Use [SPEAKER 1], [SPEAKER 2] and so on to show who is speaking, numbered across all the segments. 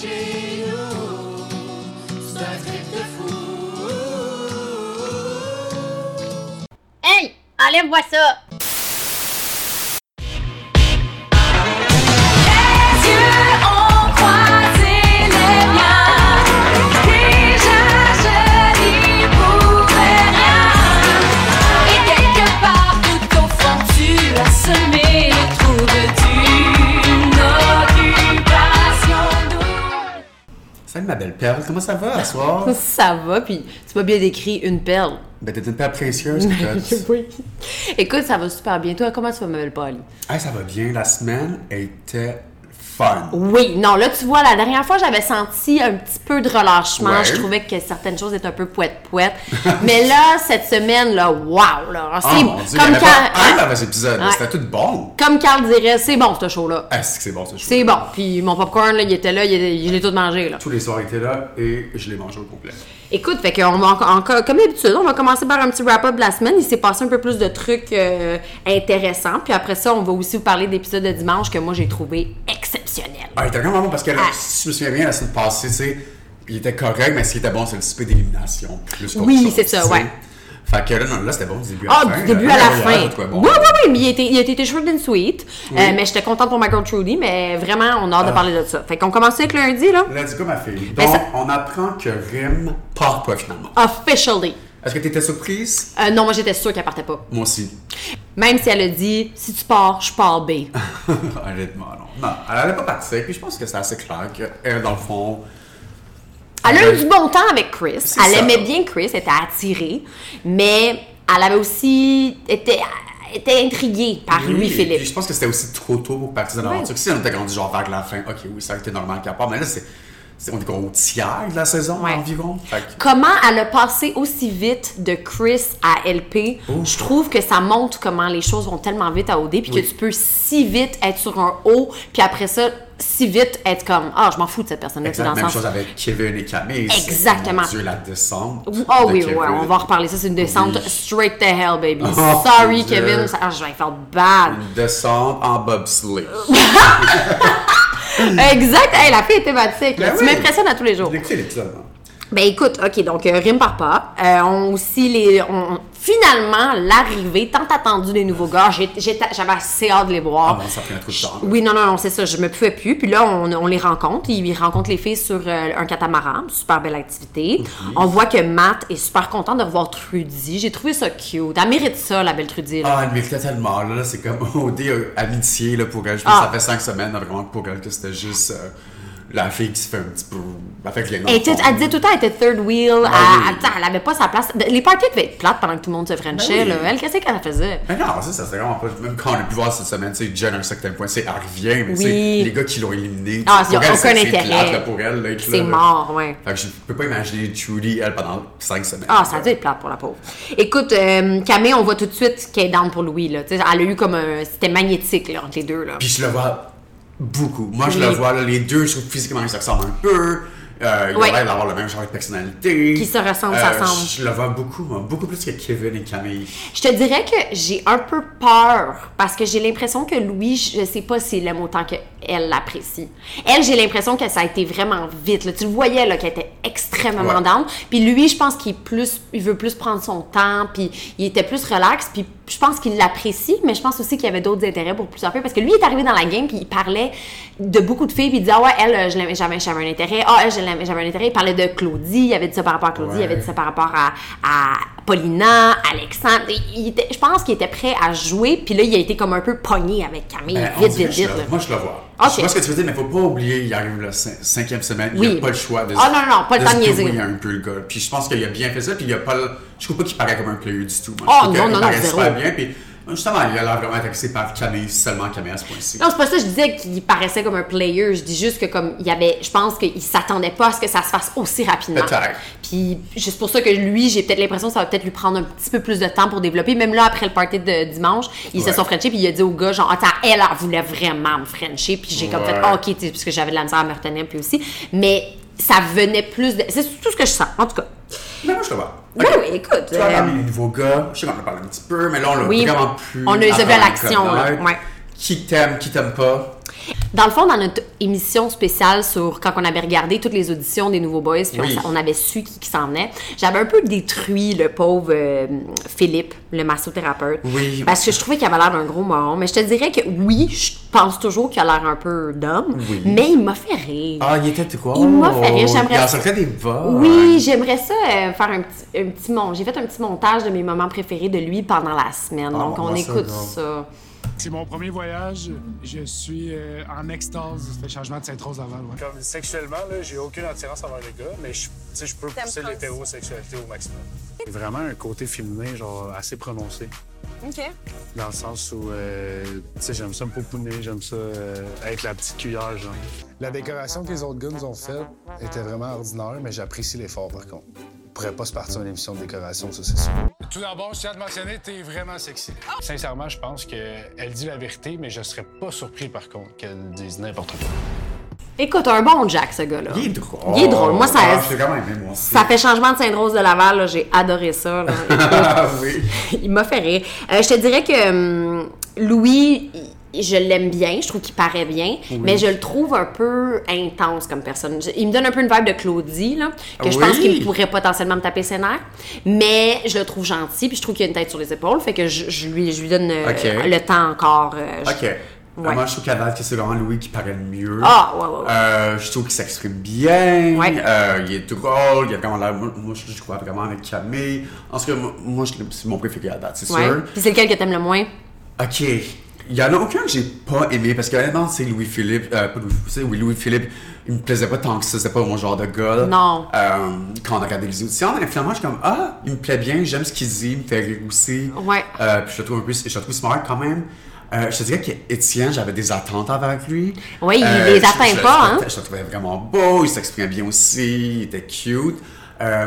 [SPEAKER 1] chez nous. C'est un trip de fou.
[SPEAKER 2] Hey! Enlève-moi ça!
[SPEAKER 1] Les yeux ont croisé les miens. Déjà je n'y pouvais rien. Et quelque part tout au fond tu as semé le trou de d'une occupation douce.
[SPEAKER 3] Salut ma belle perle, comment ça va ce soir?
[SPEAKER 4] Ça va, puis tu m'as bien décrit une perle.
[SPEAKER 3] ben t'es une perle précieuse, Cocotte.
[SPEAKER 4] oui. Écoute, ça va super bien. Toi, comment tu vas, ma belle Polly?
[SPEAKER 3] Hey, ça va bien, la semaine était fun.
[SPEAKER 4] Oui, non, là, tu vois, la dernière fois, j'avais senti un petit peu de relâchement.
[SPEAKER 3] Ouais.
[SPEAKER 4] Je trouvais que certaines choses étaient un peu pouette-pouette. Mais là, cette semaine, là, waouh, là,
[SPEAKER 3] Oh
[SPEAKER 4] c'est
[SPEAKER 3] mon dieu,
[SPEAKER 4] comme
[SPEAKER 3] il y en avait pas un
[SPEAKER 4] quand-
[SPEAKER 3] dans cet épisode,
[SPEAKER 4] Ouais.
[SPEAKER 3] c'était tout bon.
[SPEAKER 4] comme Carl dirait, c'est bon, ce show-là.
[SPEAKER 3] Ah, c'est que c'est bon ce show.
[SPEAKER 4] C'est bon. Puis mon popcorn, là, il était là, il, il- je l'ai tout mangé, là.
[SPEAKER 3] Tous les soirs étaient là et je l'ai mangé au complet.
[SPEAKER 4] Écoute, fait qu'on va encore, encore- comme d'habitude, on va commencer par un petit wrap-up de la semaine. Il s'est passé un peu plus de trucs euh, intéressants. Puis après ça, on va aussi vous parler d'épisodes de dimanche que moi j'ai trouvé exceptionnel.
[SPEAKER 3] Ah, il était quand même bon parce que là,
[SPEAKER 4] Ah.
[SPEAKER 3] si je me souviens bien, la semaine passée, tu sais, il était correct, mais ce qui était bon, c'est le souper d'élimination. plus qu'autre
[SPEAKER 4] Oui,
[SPEAKER 3] chose,
[SPEAKER 4] c'est ça,
[SPEAKER 3] tu sais.
[SPEAKER 4] ouais.
[SPEAKER 3] Fait que là, non, là, c'était bon du début à
[SPEAKER 4] Ah,
[SPEAKER 3] la fin.
[SPEAKER 4] du début
[SPEAKER 3] là.
[SPEAKER 4] à la
[SPEAKER 3] Ouais,
[SPEAKER 4] fin.
[SPEAKER 3] ouais,
[SPEAKER 4] Oui,
[SPEAKER 3] ouais, bon.
[SPEAKER 4] oui, oui, mais il était, il était short and sweet. Euh, mais j'étais contente pour ma girl Trudy, mais vraiment, on a hâte de parler de ça. Fait qu'on commence avec lundi, là.
[SPEAKER 3] Let's go, ma fille.
[SPEAKER 4] Mais
[SPEAKER 3] Donc,
[SPEAKER 4] ça-
[SPEAKER 3] on apprend que Rim part pas finalement.
[SPEAKER 4] Officially.
[SPEAKER 3] Est-ce que t'étais surprise?
[SPEAKER 4] Euh, non, moi j'étais sûre qu'elle partait pas.
[SPEAKER 3] Moi aussi.
[SPEAKER 4] Même si elle a dit, si tu pars, je pars B.
[SPEAKER 3] Honnêtement, non. Non, elle n'allait pas partir. Puis je pense que c'est assez clair qu'elle, dans le fond,
[SPEAKER 4] Elle a eu
[SPEAKER 3] Ouais.
[SPEAKER 4] du bon temps avec Chris.
[SPEAKER 3] C'est
[SPEAKER 4] Elle
[SPEAKER 3] ça.
[SPEAKER 4] aimait bien Chris, elle était attirée, mais elle avait aussi était, était intriguée par lui,
[SPEAKER 3] oui,
[SPEAKER 4] Ah, Philippe.
[SPEAKER 3] Puis je pense que c'était aussi trop tôt pour partir de l'aventure. Si on était grandi genre vers la fin, ok, oui, ça aurait été normal qu'elle part. Mais là, c'est, c'est- on est au tiers de la saison
[SPEAKER 4] Ouais.
[SPEAKER 3] environ. Fait que-
[SPEAKER 4] Comment elle a passé aussi vite de Chris à LP, je trouve que ça montre comment les choses vont tellement vite à OD, puis
[SPEAKER 3] Oui.
[SPEAKER 4] que tu peux si vite être sur un haut, puis après ça, si vite être comme Ah, je m'en fous de cette personne-là, c'est
[SPEAKER 3] Exact,
[SPEAKER 4] dans le
[SPEAKER 3] même
[SPEAKER 4] sens.
[SPEAKER 3] chose avec Kevin et Camille. c'est-
[SPEAKER 4] Exactement.
[SPEAKER 3] Mon Dieu, la descente.
[SPEAKER 4] Ah
[SPEAKER 3] de
[SPEAKER 4] oui,
[SPEAKER 3] Kevin.
[SPEAKER 4] ouais, on va en reparler. Ça, c'est une descente
[SPEAKER 3] Oui.
[SPEAKER 4] straight to hell, baby.
[SPEAKER 3] Oh,
[SPEAKER 4] Sorry,
[SPEAKER 3] mon Dieu.
[SPEAKER 4] Kevin. ça- ah, je vais faire bad.
[SPEAKER 3] Une descente en bobsleigh.
[SPEAKER 4] Exact. Hey, la fille est thématique. là.
[SPEAKER 3] Ben
[SPEAKER 4] tu
[SPEAKER 3] oui.
[SPEAKER 4] m'impressionnes à tous les jours.
[SPEAKER 3] Écoutez l'épisode. hein.
[SPEAKER 4] Ben écoute, ok, donc euh, rime par pas. Euh, on aussi les, on, finalement l'arrivée tant attendue des nouveaux gars. J'ai- j'étais- J'avais assez hâte de les voir.
[SPEAKER 3] Ah, bon, ça prend trop de temps, là.
[SPEAKER 4] Oui, non, non, non, c'est ça. Je me pouvais plus. Puis là, on, on les rencontre. Ils rencontrent les filles sur euh, un catamaran. Super belle activité.
[SPEAKER 3] Mhm.
[SPEAKER 4] On voit que Matt est super content de revoir Trudy. J'ai trouvé ça cute. Elle mérite ça, la belle Trudy. là.
[SPEAKER 3] Ah, elle méritait tellement, là, là, c'est comme OD euh, amitié, là, pour elle. Je pense que
[SPEAKER 4] Ah.
[SPEAKER 3] ça fait cinq semaines, là, vraiment, pour elle, que c'était juste euh, la fille qui se fait un petit peu... Avec les noms.
[SPEAKER 4] Elle, était- elle disait tout le temps, elle était third wheel.
[SPEAKER 3] Ah
[SPEAKER 4] elle,
[SPEAKER 3] oui.
[SPEAKER 4] elle- elle avait pas sa place. Les parties devaient être plates pendant que tout le monde se frenchait.
[SPEAKER 3] Ben oui.
[SPEAKER 4] là. Elle, qu'est-ce qu'elle faisait?
[SPEAKER 3] Mais non, ça, ça c'est vraiment pas... Même quand on a pu voir cette semaine, tu sais, Jen, à un certain point, c'est elle revient, mais tu sais,
[SPEAKER 4] Oui.
[SPEAKER 3] les gars qui l'ont éliminée...
[SPEAKER 4] Ah,
[SPEAKER 3] tu
[SPEAKER 4] ils
[SPEAKER 3] sais,
[SPEAKER 4] ont
[SPEAKER 3] pour elle,
[SPEAKER 4] aucun
[SPEAKER 3] c'est-
[SPEAKER 4] intérêt.
[SPEAKER 3] C'est plate, là, pour elle, d'être là,
[SPEAKER 4] C'est
[SPEAKER 3] là.
[SPEAKER 4] mort, ouais.
[SPEAKER 3] Fait que je peux pas imaginer Trudy, elle, pendant cinq semaines.
[SPEAKER 4] Ah, ça a dû être plate pour la pauvre. Écoute, euh, Camille, on voit tout de suite qu'elle est down pour Louis. Là. Tu sais, Elle a eu comme un. C'était magnétique là, entre les deux. Là.
[SPEAKER 3] Puis je le vois beaucoup. Moi, je
[SPEAKER 4] Oui.
[SPEAKER 3] le vois, là, les deux, je trouve physiquement, ils se ressemblent un peu. Euh, ils
[SPEAKER 4] Ouais.
[SPEAKER 3] ont l'air d'avoir le même genre de personnalité. Euh,
[SPEAKER 4] Qui se ressemblent, s'assemblent.
[SPEAKER 3] Je le vois beaucoup, moi. Beaucoup plus que Kevin et Camille.
[SPEAKER 4] Je te dirais que j'ai un peu peur parce que j'ai l'impression que Louis, je sais pas s'il l'aime autant qu'elle l'apprécie. Elle, j'ai l'impression que ça a été vraiment vite. là. Tu le voyais là, qu'elle était extrêmement
[SPEAKER 3] Ouais.
[SPEAKER 4] down. Puis lui, je pense qu'il est plus, il veut plus prendre son temps. Puis il était plus relax. Puis je pense qu'il l'apprécie, mais je pense aussi qu'il y avait d'autres intérêts pour plusieurs filles parce que lui il est arrivé dans la game puis il parlait de beaucoup de filles. Puis il disait ah ouais, elle, euh, je l'aimais, j'avais, j'avais un intérêt. Ah, elle, je l'aimais, j'avais un intérêt. Il parlait de Claudie. Il avait dit ça par rapport à Claudie. Il avait
[SPEAKER 3] Ouais.
[SPEAKER 4] dit ça par rapport à, à Paulina, Alexandre. Il- il était- je pense qu'il était prêt à jouer, puis là, il a été comme un peu pogné avec Camille.
[SPEAKER 3] Ben, on
[SPEAKER 4] vite,
[SPEAKER 3] dirait
[SPEAKER 4] vite,
[SPEAKER 3] que je
[SPEAKER 4] vite.
[SPEAKER 3] le-
[SPEAKER 4] là.
[SPEAKER 3] Moi, je le vois.
[SPEAKER 4] Ok.
[SPEAKER 3] Je vois ce que tu veux dire, mais faut pas oublier, il arrive la cin- cinquième semaine, il
[SPEAKER 4] Oui.
[SPEAKER 3] n'y a pas le choix de
[SPEAKER 4] Ah, non, non, pas le temps de niaiser.
[SPEAKER 3] Il y a un peu le gars. Puis je pense qu'il a bien fait ça, puis il y a pas le- Je trouve pas qu'il paraît comme un player du tout. moi.
[SPEAKER 4] Ah,
[SPEAKER 3] Je trouve
[SPEAKER 4] non,
[SPEAKER 3] qu'il
[SPEAKER 4] non, non,
[SPEAKER 3] paraît
[SPEAKER 4] zéro.
[SPEAKER 3] super bien, puis justement, il a l'air vraiment intéressé par Camille, seulement Camille à ce point-ci.
[SPEAKER 4] Non, c'est pas ça, je disais qu'il paraissait comme un player. Je dis juste que, comme, il y avait. Je pense qu'il s'attendait pas à ce que ça se fasse aussi rapidement.
[SPEAKER 3] Peut-être.
[SPEAKER 4] Puis, juste pour ça que lui, j'ai peut-être l'impression que ça va peut-être lui prendre un petit peu plus de temps pour développer. Même là, après le party de dimanche, ils se
[SPEAKER 3] Ouais.
[SPEAKER 4] sont frenchés, puis il a dit au gars, genre, attends, elle, elle voulait vraiment me frencher. Puis j'ai comme fait,
[SPEAKER 3] Ouais.
[SPEAKER 4] Ah, ok, tu sais, parce que j'avais de la misère à me retenir, puis aussi. Mais ça venait plus de. C'est tout ce que je sens, en tout cas.
[SPEAKER 3] Mais moi, je le vois.
[SPEAKER 4] Ben oui, écoute.
[SPEAKER 3] Tu vois,
[SPEAKER 4] euh,
[SPEAKER 3] parmi les nouveaux gars, je sais qu'on en a parlé un petit peu, mais là, on l'a
[SPEAKER 4] Oui,
[SPEAKER 3] vraiment plus.
[SPEAKER 4] on les a vus à
[SPEAKER 3] apprendre
[SPEAKER 4] l'action, là,
[SPEAKER 3] connaître.
[SPEAKER 4] ouais.
[SPEAKER 3] Qui t'aime, qui t'aime pas.
[SPEAKER 4] Dans le fond, dans notre émission spéciale sur quand on avait regardé toutes les auditions des nouveaux boys, puis
[SPEAKER 3] Oui.
[SPEAKER 4] on, on avait su qui, qui s'en venait, j'avais un peu détruit le pauvre euh, Philippe, le massothérapeute.
[SPEAKER 3] Oui.
[SPEAKER 4] Parce que je trouvais qu'il avait l'air d'un gros moron. Mais je te dirais que oui, je pense toujours qu'il a l'air un peu d'homme,
[SPEAKER 3] Oui.
[SPEAKER 4] mais il m'a fait rire.
[SPEAKER 3] Ah, il était de quoi?
[SPEAKER 4] Il m'a fait rire, j'aimerais-
[SPEAKER 3] Oh, Il en sortait des vols.
[SPEAKER 4] Oui, j'aimerais ça euh, faire un petit, un petit mon- J'ai fait un petit montage de mes moments préférés de lui pendant la semaine.
[SPEAKER 3] Ah,
[SPEAKER 4] donc,
[SPEAKER 3] bon,
[SPEAKER 4] on
[SPEAKER 3] moi, ça,
[SPEAKER 4] écoute
[SPEAKER 3] donc.
[SPEAKER 4] ça.
[SPEAKER 5] C'est mon premier voyage. Je suis euh, en extase. C'est le changement de Sainte-Rose-Laval, ouais.
[SPEAKER 6] Comme sexuellement, là, j'ai aucune attirance envers les gars, mais je, tu sais, je peux pousser l'hétérosexualité au maximum.
[SPEAKER 5] C'est vraiment un côté féminin, genre, assez prononcé.
[SPEAKER 7] OK.
[SPEAKER 5] Dans le sens où, euh, tu sais, j'aime ça me pouponner, j'aime ça euh, être la petite cuillère, genre.
[SPEAKER 8] La décoration que les autres gars nous ont faite était vraiment ordinaire, mais j'apprécie l'effort par contre. On pourrait pas se partir une émission de décoration, ça c'est sûr.
[SPEAKER 6] Tout d'abord, je tiens à te mentionner, t'es vraiment sexy.
[SPEAKER 5] Sincèrement, je pense qu'elle dit la vérité, mais je serais pas surpris, par contre, qu'elle dise n'importe quoi.
[SPEAKER 4] Écoute, un bon Jack, ce gars-là.
[SPEAKER 3] Il est drôle.
[SPEAKER 4] Il est drôle. Moi, ça,
[SPEAKER 3] Ah, je l'ai quand même aimé, moi aussi.
[SPEAKER 4] ça fait changement de Sainte-Rose de Laval. là. J'ai adoré ça. là.
[SPEAKER 3] Ah, oui.
[SPEAKER 4] il m'a fait rire. Euh, je te dirais que hum, Louis, il- je l'aime bien. Je trouve qu'il paraît bien. Mais je le trouve un peu intense comme personne. Je- Il me donne un peu une vibe de Claudie, là, que je
[SPEAKER 3] Oui.
[SPEAKER 4] pense qu'il pourrait potentiellement me taper ses nerfs. Mais je le trouve gentil. Puis je trouve qu'il a une tête sur les épaules. Fait que je, je lui, je lui donne euh,
[SPEAKER 3] Ok.
[SPEAKER 4] le temps encore. euh, je-
[SPEAKER 3] OK.
[SPEAKER 4] Ouais.
[SPEAKER 3] Moi, je trouve qu'à date, que c'est vraiment Louis qui paraît le mieux.
[SPEAKER 4] Ah, ouais, ouais, ouais.
[SPEAKER 3] Euh, je trouve qu'il s'exprime bien.
[SPEAKER 4] Ouais.
[SPEAKER 3] Euh, il est drôle. Il a vraiment l'air. Moi, moi, je je crois vraiment avec Camille. En tout cas, moi, moi, je- c'est mon préféré à date, c'est
[SPEAKER 4] Ouais.
[SPEAKER 3] sûr.
[SPEAKER 4] Puis c'est lequel que t'aimes le moins?
[SPEAKER 3] OK. Il y en a aucun que j'ai pas aimé parce que honnêtement, c'est Louis-Philippe. Euh, pas Louis, c'est oui, Louis-Philippe, il me plaisait pas tant que ça. C'était pas mon genre de gars.
[SPEAKER 4] Non.
[SPEAKER 3] Euh, quand on a regardé les auditions, mais finalement, je suis comme Ah, il me plaît bien, j'aime ce qu'il dit, il me fait rire aussi.
[SPEAKER 4] Ouais.
[SPEAKER 3] Euh, puis je le trouve un peu je le trouve smart quand même. Euh, je te dirais qu'Étienne, j'avais des attentes avec lui.
[SPEAKER 4] Oui, il
[SPEAKER 3] Euh,
[SPEAKER 4] les
[SPEAKER 3] je-
[SPEAKER 4] atteint
[SPEAKER 3] je-
[SPEAKER 4] pas,
[SPEAKER 3] je-
[SPEAKER 4] hein?
[SPEAKER 3] Je le trouvais vraiment beau, il s'exprimait bien aussi, il était cute. Euh,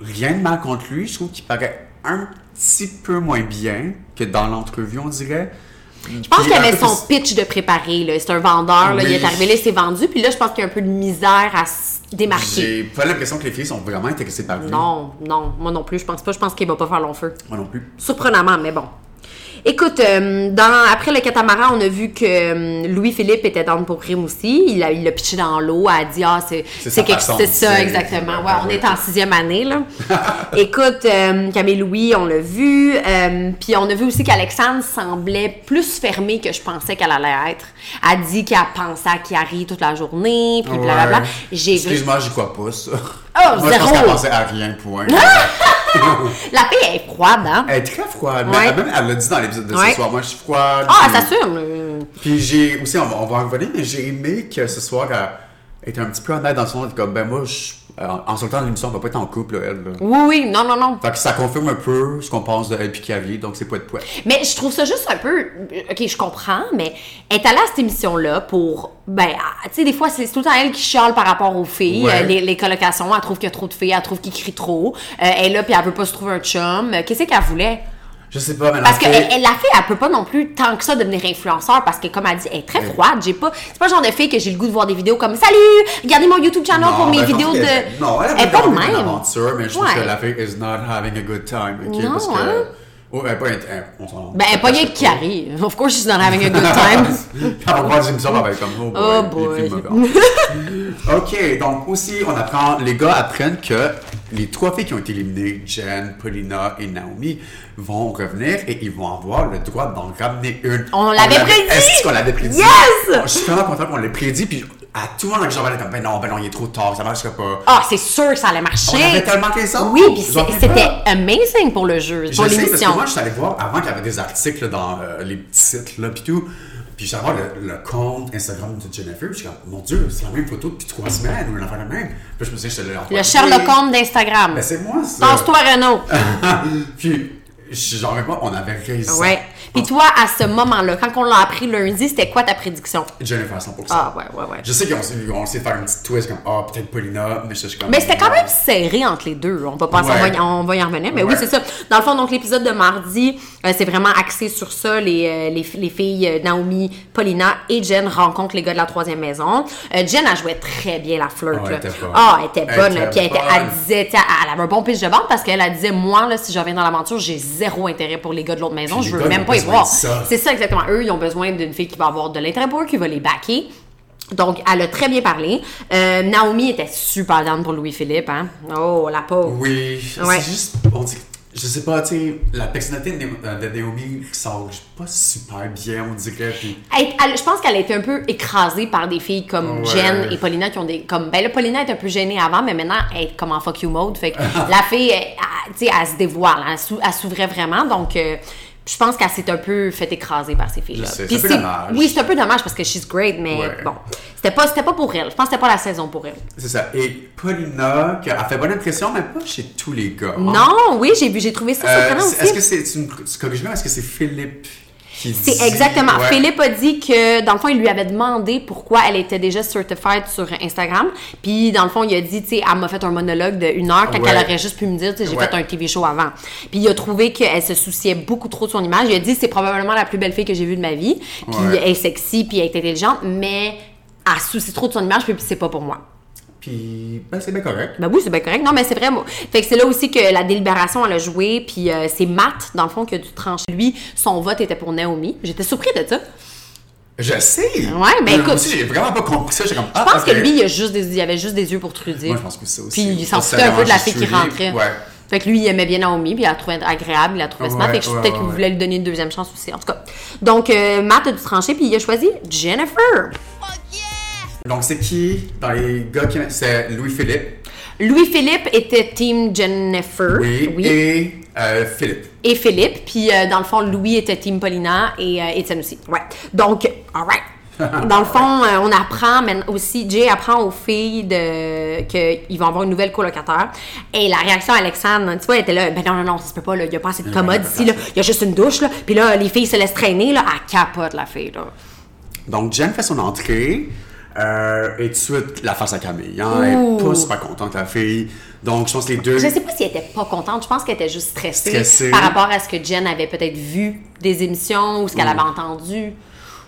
[SPEAKER 3] rien de mal contre lui, je trouve qu'il paraît un petit peu moins bien que dans l'entrevue, on dirait.
[SPEAKER 4] Je pense qu'il avait son pitch de préparé. là. C'est un vendeur. Là. Il est
[SPEAKER 3] Oui.
[SPEAKER 4] arrivé là, il s'est vendu. Puis là, je pense qu'il y a un peu de misère à se démarquer.
[SPEAKER 3] J'ai pas l'impression que les filles sont vraiment intéressées par lui.
[SPEAKER 4] Non, non, moi non plus. Je pense pas. Je pense qu'il va pas faire long feu.
[SPEAKER 3] Moi non plus.
[SPEAKER 4] Surprenamment, mais bon. Écoute, euh, dans, après le catamaran, on a vu que euh, Louis-Philippe était dans pour rime aussi. Il l'a il l'a pitché dans l'eau, a dit Ah, c'est
[SPEAKER 3] C'est
[SPEAKER 4] c'est
[SPEAKER 3] sa
[SPEAKER 4] quelque
[SPEAKER 3] façon
[SPEAKER 4] C'est
[SPEAKER 3] de
[SPEAKER 4] ça,
[SPEAKER 3] dire.
[SPEAKER 4] exactement. Ouais, on
[SPEAKER 3] Ouais.
[SPEAKER 4] est en sixième année, là. Écoute, euh, Camille Louis, on l'a vu. euh, Puis on a vu aussi qu'Alexandre semblait plus fermée que je pensais qu'elle allait être. A dit qu'elle pensait à Kiari toute la journée, puis blablabla.
[SPEAKER 3] Ouais.
[SPEAKER 4] J'ai
[SPEAKER 3] Excuse-moi, j'y crois pas, ça.
[SPEAKER 4] Oh,
[SPEAKER 3] Moi, je pense
[SPEAKER 4] zéro. Ah!
[SPEAKER 3] qu'elle pensait à rien, point.
[SPEAKER 4] La paix elle est froide, hein?
[SPEAKER 3] Elle est très froide. mais
[SPEAKER 4] Ouais.
[SPEAKER 3] elle- même, elle l'a dit dans l'épisode de
[SPEAKER 4] Ouais.
[SPEAKER 3] ce soir. Moi, je suis froide.
[SPEAKER 4] Ah,
[SPEAKER 3] puis-
[SPEAKER 4] elle s'assume. là.
[SPEAKER 3] Puis j'ai aussi, on va, on va en revenir, mais j'ai aimé que ce soir, elle était un petit peu honnête dans son monde. Comme, ben moi, je, en, en sortant de l'émission, on va pas être en couple, là, elle. là.
[SPEAKER 4] Oui, oui, non, non, non.
[SPEAKER 3] Fait que ça confirme un peu ce qu'on pense de elle puis Carrier, donc c'est pas de poids.
[SPEAKER 4] Mais je trouve ça juste un peu. Ok, je comprends, mais elle est allée à cette émission-là pour. Ben, ah, tu sais, des fois, c'est tout le temps elle qui chiale par rapport aux filles,
[SPEAKER 3] Ouais.
[SPEAKER 4] euh, les, les colocations. Elle trouve qu'il y a trop de filles, elle trouve qu'il crie trop. Euh, elle est là, puis elle veut pas se trouver un chum. Euh, Qu'est-ce qu'elle voulait?
[SPEAKER 3] Je sais pas, mais
[SPEAKER 4] Parce que
[SPEAKER 3] en fait,
[SPEAKER 4] elle, elle, la fille, elle peut pas non plus tant que ça devenir influenceur parce que, comme elle dit, elle est très froide. J'ai pas. C'est pas le genre de fille que j'ai le goût de voir des vidéos comme Salut, regardez mon YouTube channel
[SPEAKER 3] Non,
[SPEAKER 4] pour mes
[SPEAKER 3] ben, je pense
[SPEAKER 4] vidéos de.
[SPEAKER 3] qu'elle- Non, elle a
[SPEAKER 4] elle est
[SPEAKER 3] pas
[SPEAKER 4] pas de
[SPEAKER 3] vraiment une
[SPEAKER 4] même.
[SPEAKER 3] aventure, mais je trouve
[SPEAKER 4] Ouais.
[SPEAKER 3] que la fille is not having a good time. ok,
[SPEAKER 4] Non,
[SPEAKER 3] parce que...
[SPEAKER 4] hein?
[SPEAKER 3] Oh, elle est pas. elle- on s'en-
[SPEAKER 4] Ben, elle est pas
[SPEAKER 3] je sais
[SPEAKER 4] rien qui arrive. Of course, she's not having a good time.
[SPEAKER 3] Quand on voit une émission, on va être comme oh boy.
[SPEAKER 4] Oh
[SPEAKER 3] les
[SPEAKER 4] boy.
[SPEAKER 3] films me gâtent. ok, donc aussi, on apprend, les gars apprennent que les trois filles qui ont été éliminées, Jen, Paulina et Naomi, vont revenir et ils vont avoir le droit d'en ramener une.
[SPEAKER 4] On l'avait prédit!
[SPEAKER 3] Est-ce qu'on l'avait prédit?
[SPEAKER 4] Yes!
[SPEAKER 3] Je suis vraiment content qu'on l'ait prédit, puis à tout le monde, j'en parlais comme ben non, ben non, il est trop tard, ça marchera pas.
[SPEAKER 4] Ah, c'est sûr que ça allait marcher.
[SPEAKER 3] On avait tellement fait ça.
[SPEAKER 4] Oui, puis
[SPEAKER 3] J'en
[SPEAKER 4] c'est-
[SPEAKER 3] fais
[SPEAKER 4] c'était
[SPEAKER 3] pas.
[SPEAKER 4] amazing pour le jeu,
[SPEAKER 3] Je
[SPEAKER 4] pour
[SPEAKER 3] sais, parce que
[SPEAKER 4] l'émission.
[SPEAKER 3] moi, je suis allé voir avant qu'il y avait des articles dans euh, les petits sites, là, pis tout. Puis j'allais voir le, le compte Instagram de Jennifer, puis je suis comme, mon Dieu, c'est la même photo depuis trois semaines, ou une affaire de même. Puis je me suis dit, je te l'ai envoyé.
[SPEAKER 4] Le Sherlock Holmes d'Instagram.
[SPEAKER 3] Ben, c'est Ah, moi, ça.
[SPEAKER 4] Lance-toi, Renaud.
[SPEAKER 3] puis, je- j'en reviens pas, on avait raison.
[SPEAKER 4] Ouais. Puis toi, à ce moment-là, quand on l'a appris lundi, c'était quoi ta prédiction?
[SPEAKER 3] Jennifer, 100%.
[SPEAKER 4] Ah, ouais, ouais, ouais.
[SPEAKER 3] Je sais qu'on s'est on s'est fait un petit twist, comme, ah, peut-être Paulina, mais je suis comme.
[SPEAKER 4] Mais c'était quand même serré entre les deux. On va, pas, on va, y-
[SPEAKER 3] Ouais.
[SPEAKER 4] on va y en revenir. Mais oui,
[SPEAKER 3] Ouais.
[SPEAKER 4] c'est ça. Dans le fond, donc l'épisode de mardi, euh, c'est vraiment axé sur ça. Les, euh, les, fi- les filles euh, Naomi, Paulina et Jen rencontrent les gars de la troisième maison. Euh, Jen, elle jouait très bien la flirt.
[SPEAKER 3] Ah,
[SPEAKER 4] là.
[SPEAKER 3] elle était bonne.
[SPEAKER 4] Ah, elle était
[SPEAKER 3] Elle
[SPEAKER 4] bonne.
[SPEAKER 3] était
[SPEAKER 4] Puis elle, était- elle
[SPEAKER 3] bonne.
[SPEAKER 4] disait, tiens, elle avait un bon pitch de vente parce qu'elle elle disait, moi, là, si je reviens dans l'aventure, j'ai zéro intérêt pour les gars de l'autre maison.
[SPEAKER 3] Puis
[SPEAKER 4] je
[SPEAKER 3] les
[SPEAKER 4] veux
[SPEAKER 3] gars
[SPEAKER 4] même
[SPEAKER 3] n'ont
[SPEAKER 4] pas pas y
[SPEAKER 3] besoin
[SPEAKER 4] voir.
[SPEAKER 3] de ça.
[SPEAKER 4] C'est ça, exactement. Eux, ils ont besoin d'une fille qui va avoir de l'intérêt pour eux, qui va les backer. Donc, elle a très bien parlé. Euh, Naomi était super down pour Louis-Philippe, hein? Oh, la pauvre.
[SPEAKER 3] Oui,
[SPEAKER 4] Ouais.
[SPEAKER 3] c'est juste, on dit, je sais pas, tu sais, la personnalité de, Na- de Naomi sort pas super bien, on dirait. Puis,
[SPEAKER 4] Elle- elle- je pense qu'elle a été un peu écrasée par des filles comme
[SPEAKER 3] Ouais.
[SPEAKER 4] Jen et Paulina qui ont des comme ben là Paulina est un peu gênée avant mais maintenant elle est comme en fuck you mode fait que la fille elle, elle- tu sais elle se dévoile hein. elle, s'ou- elle s'ouvrait vraiment donc euh, je pense qu'elle s'est un peu fait écraser par ces filles là.
[SPEAKER 3] Je sais, c'est un peu dommage.
[SPEAKER 4] oui, c'est un peu dommage parce que she's great mais
[SPEAKER 3] Ouais.
[SPEAKER 4] bon, c'était pas c'était pas pour elle. Je pense que c'était pas la saison pour elle.
[SPEAKER 3] c'est ça. Et Paulina, qui a fait bonne impression, mais pas chez tous les gars. hein.
[SPEAKER 4] Non, oui, j'ai vu j'ai trouvé ça
[SPEAKER 3] Euh,
[SPEAKER 4] surprenant
[SPEAKER 3] c'est- est-ce
[SPEAKER 4] aussi.
[SPEAKER 3] que c'est, tu me corriges-moi, est-ce que c'est Philippe qui dit...
[SPEAKER 4] C'est exactement.
[SPEAKER 3] Ouais.
[SPEAKER 4] Philippe a dit que, dans le fond, il lui avait demandé pourquoi elle était déjà certified sur Instagram. Puis, dans le fond, il a dit, tu sais, elle m'a fait un monologue de une heure quand
[SPEAKER 3] Ouais.
[SPEAKER 4] elle aurait juste pu me dire, tu sais, j'ai
[SPEAKER 3] Ouais.
[SPEAKER 4] fait un TV show avant. Puis, il a trouvé qu'elle se souciait beaucoup trop de son image. Il a dit, c'est probablement la plus belle fille que j'ai vue de ma vie. Puis,
[SPEAKER 3] Ouais.
[SPEAKER 4] elle est sexy, puis elle est intelligente, mais elle se soucie trop de son image, puis c'est pas pour moi.
[SPEAKER 3] Puis, ben, c'est bien correct.
[SPEAKER 4] Ben oui, c'est bien correct. Non, mais c'est vrai. moi. Fait que c'est là aussi que la délibération, elle a joué. Puis euh, c'est Matt, dans le fond, qui a dû trancher. Lui, son vote était pour Naomi. J'étais surpris de ça.
[SPEAKER 3] Je sais!
[SPEAKER 4] Ouais, ben,
[SPEAKER 3] Moi
[SPEAKER 4] écoute-
[SPEAKER 3] aussi, j'ai vraiment pas compris ça, j'ai comme...
[SPEAKER 4] Je pense que lui, il, a juste des, il avait juste des yeux pour
[SPEAKER 3] Ah,
[SPEAKER 4] Trudy.
[SPEAKER 3] Moi, je pense que c'est aussi.
[SPEAKER 4] Puis il s'en
[SPEAKER 3] Parce que
[SPEAKER 4] foutait un
[SPEAKER 3] ça
[SPEAKER 4] peu de la
[SPEAKER 3] dérange
[SPEAKER 4] fille qui
[SPEAKER 3] Julie.
[SPEAKER 4] rentrait.
[SPEAKER 3] Ouais.
[SPEAKER 4] Fait que lui, il aimait bien Naomi, puis il la trouvait agréable, il la trouvait smart.
[SPEAKER 3] Ouais,
[SPEAKER 4] fait que je-
[SPEAKER 3] ouais,
[SPEAKER 4] peut-être
[SPEAKER 3] ouais,
[SPEAKER 4] qu'il
[SPEAKER 3] ouais.
[SPEAKER 4] voulait lui donner une deuxième chance aussi. En tout cas. Donc, euh, Matt a dû trancher, puis il a choisi Jennifer.
[SPEAKER 3] Donc, c'est qui dans les gars qui. C'est Louis-Philippe.
[SPEAKER 4] Louis-Philippe était team Jennifer.
[SPEAKER 3] Oui. Et euh, Philippe.
[SPEAKER 4] et Philippe. Puis euh, dans le fond, Louis était Team Paulina et euh, Étienne aussi. Ouais. Donc, alright. Dans le fond, euh, on apprend mais aussi, Jay apprend aux filles de, qu'ils vont avoir une nouvelle colocataire. Et la réaction d'Alexandre, tu vois, elle était là, ben non, non, non, ça se peut pas, là, il y a pas assez de
[SPEAKER 3] Il y a pas
[SPEAKER 4] commode
[SPEAKER 3] de
[SPEAKER 4] ici, là,
[SPEAKER 3] place,
[SPEAKER 4] il y a juste une douche, là. Puis là, les filles se laissent traîner, là, à capote, la fille, là.
[SPEAKER 3] Euh. Donc, Jen fait son entrée. euh, et tout de suite, la face à Camille. hein. Elle est pas super contente, la fille. Donc, je pense que les deux.
[SPEAKER 4] Je sais pas si elle était pas contente, je pense qu'elle était juste stressée,
[SPEAKER 3] Stressée.
[SPEAKER 4] par rapport à ce que Jen avait peut-être vu des émissions ou ce qu'elle avait entendu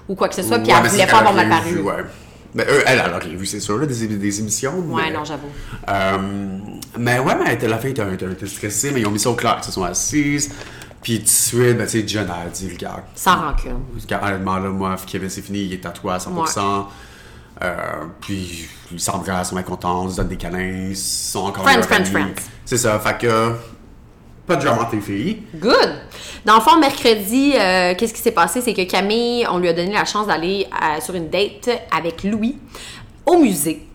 [SPEAKER 4] ou quoi que ce soit, puis
[SPEAKER 3] Mmh. Ouais, mais
[SPEAKER 4] elle
[SPEAKER 3] c'est
[SPEAKER 4] voulait
[SPEAKER 3] qu'elle
[SPEAKER 4] pas avoir
[SPEAKER 3] aurait
[SPEAKER 4] mal
[SPEAKER 3] vu,
[SPEAKER 4] paru.
[SPEAKER 3] ouais. Mais eux, elle, elle aurait vu, c'est sûr, là, des, des émissions.
[SPEAKER 4] Ouais,
[SPEAKER 3] mais-
[SPEAKER 4] non, j'avoue.
[SPEAKER 3] Euh, mais ouais, mais elle était- la fille était un était un peu stressée, mais ils ont mis ça au clair, ils se sont assises. Puis tout de suite, ben, tu sais, Jen, elle a dit, regarde,
[SPEAKER 4] Sans rancune.
[SPEAKER 3] Quand honnêtement, là, moi, Kevin, c'est fini, il est à toi à 100%. Euh, puis, ils s'embrassent, ils sont bien contents, ils se donnent des câlins, ils sont encore
[SPEAKER 4] Friends,
[SPEAKER 3] meilleurs
[SPEAKER 4] friends,
[SPEAKER 3] amis.
[SPEAKER 4] friends.
[SPEAKER 3] C'est ça, fait que. Pas de drama, tes filles.
[SPEAKER 4] Good. Dans le fond, mercredi, euh, qu'est-ce qui s'est passé? C'est que Camille, on lui a donné la chance d'aller euh, sur une date avec Louis au musée.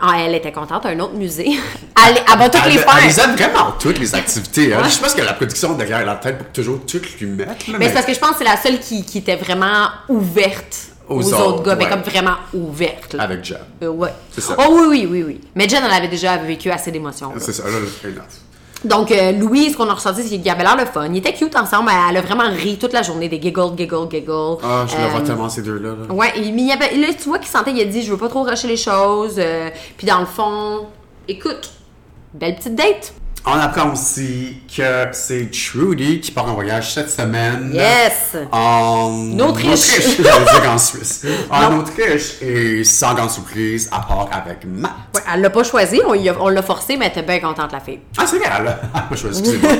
[SPEAKER 4] Ah, elle était contente, un autre musée. elle, elle va toutes
[SPEAKER 3] Elle-
[SPEAKER 4] les
[SPEAKER 3] elle les
[SPEAKER 4] faire.
[SPEAKER 3] aime vraiment toutes les activités. Hein. Je pense que la production derrière la tête pour toujours tout lui mettre. là,
[SPEAKER 4] Mais Ben, c'est parce que je pense que c'est la seule qui, qui était vraiment ouverte aux,
[SPEAKER 3] Aux
[SPEAKER 4] autres,
[SPEAKER 3] autres,
[SPEAKER 4] gars. Mais
[SPEAKER 3] ouais.
[SPEAKER 4] comme vraiment ouverte. là.
[SPEAKER 3] Avec Jen.
[SPEAKER 4] Euh, ouais.
[SPEAKER 3] C'est ça.
[SPEAKER 4] Oh oui, oui, oui, oui. Mais Jen, elle avait déjà vécu assez d'émotions. là.
[SPEAKER 3] C'est ça, là, là, enough.
[SPEAKER 4] Donc, euh, Louis, ce qu'on a ressenti, c'est qu'il avait l'air le fun. Ils étaient cute ensemble. Elle a vraiment ri toute la journée, des giggles, giggles, giggles.
[SPEAKER 3] Ah, je
[SPEAKER 4] Euh,
[SPEAKER 3] le vois tellement ces deux-là. là.
[SPEAKER 4] Ouais, il- mais il y avait, là, tu vois qu'il sentait, il a dit, je veux pas trop rusher les choses. euh, puis dans le fond, écoute, belle petite date.
[SPEAKER 3] On apprend aussi que c'est Trudy qui part en voyage cette semaine.
[SPEAKER 4] Yes!
[SPEAKER 3] En
[SPEAKER 4] Autriche.
[SPEAKER 3] j'allais dire en Suisse. En
[SPEAKER 4] Non.
[SPEAKER 3] Autriche. Et sans grande surprise, à part avec Matt.
[SPEAKER 4] Ouais, elle l'a pas choisi, on, y a- on l'a forcé, mais elle était bien contente, la fille.
[SPEAKER 3] Ah, c'est réel. Moi, je suis excusez-moi.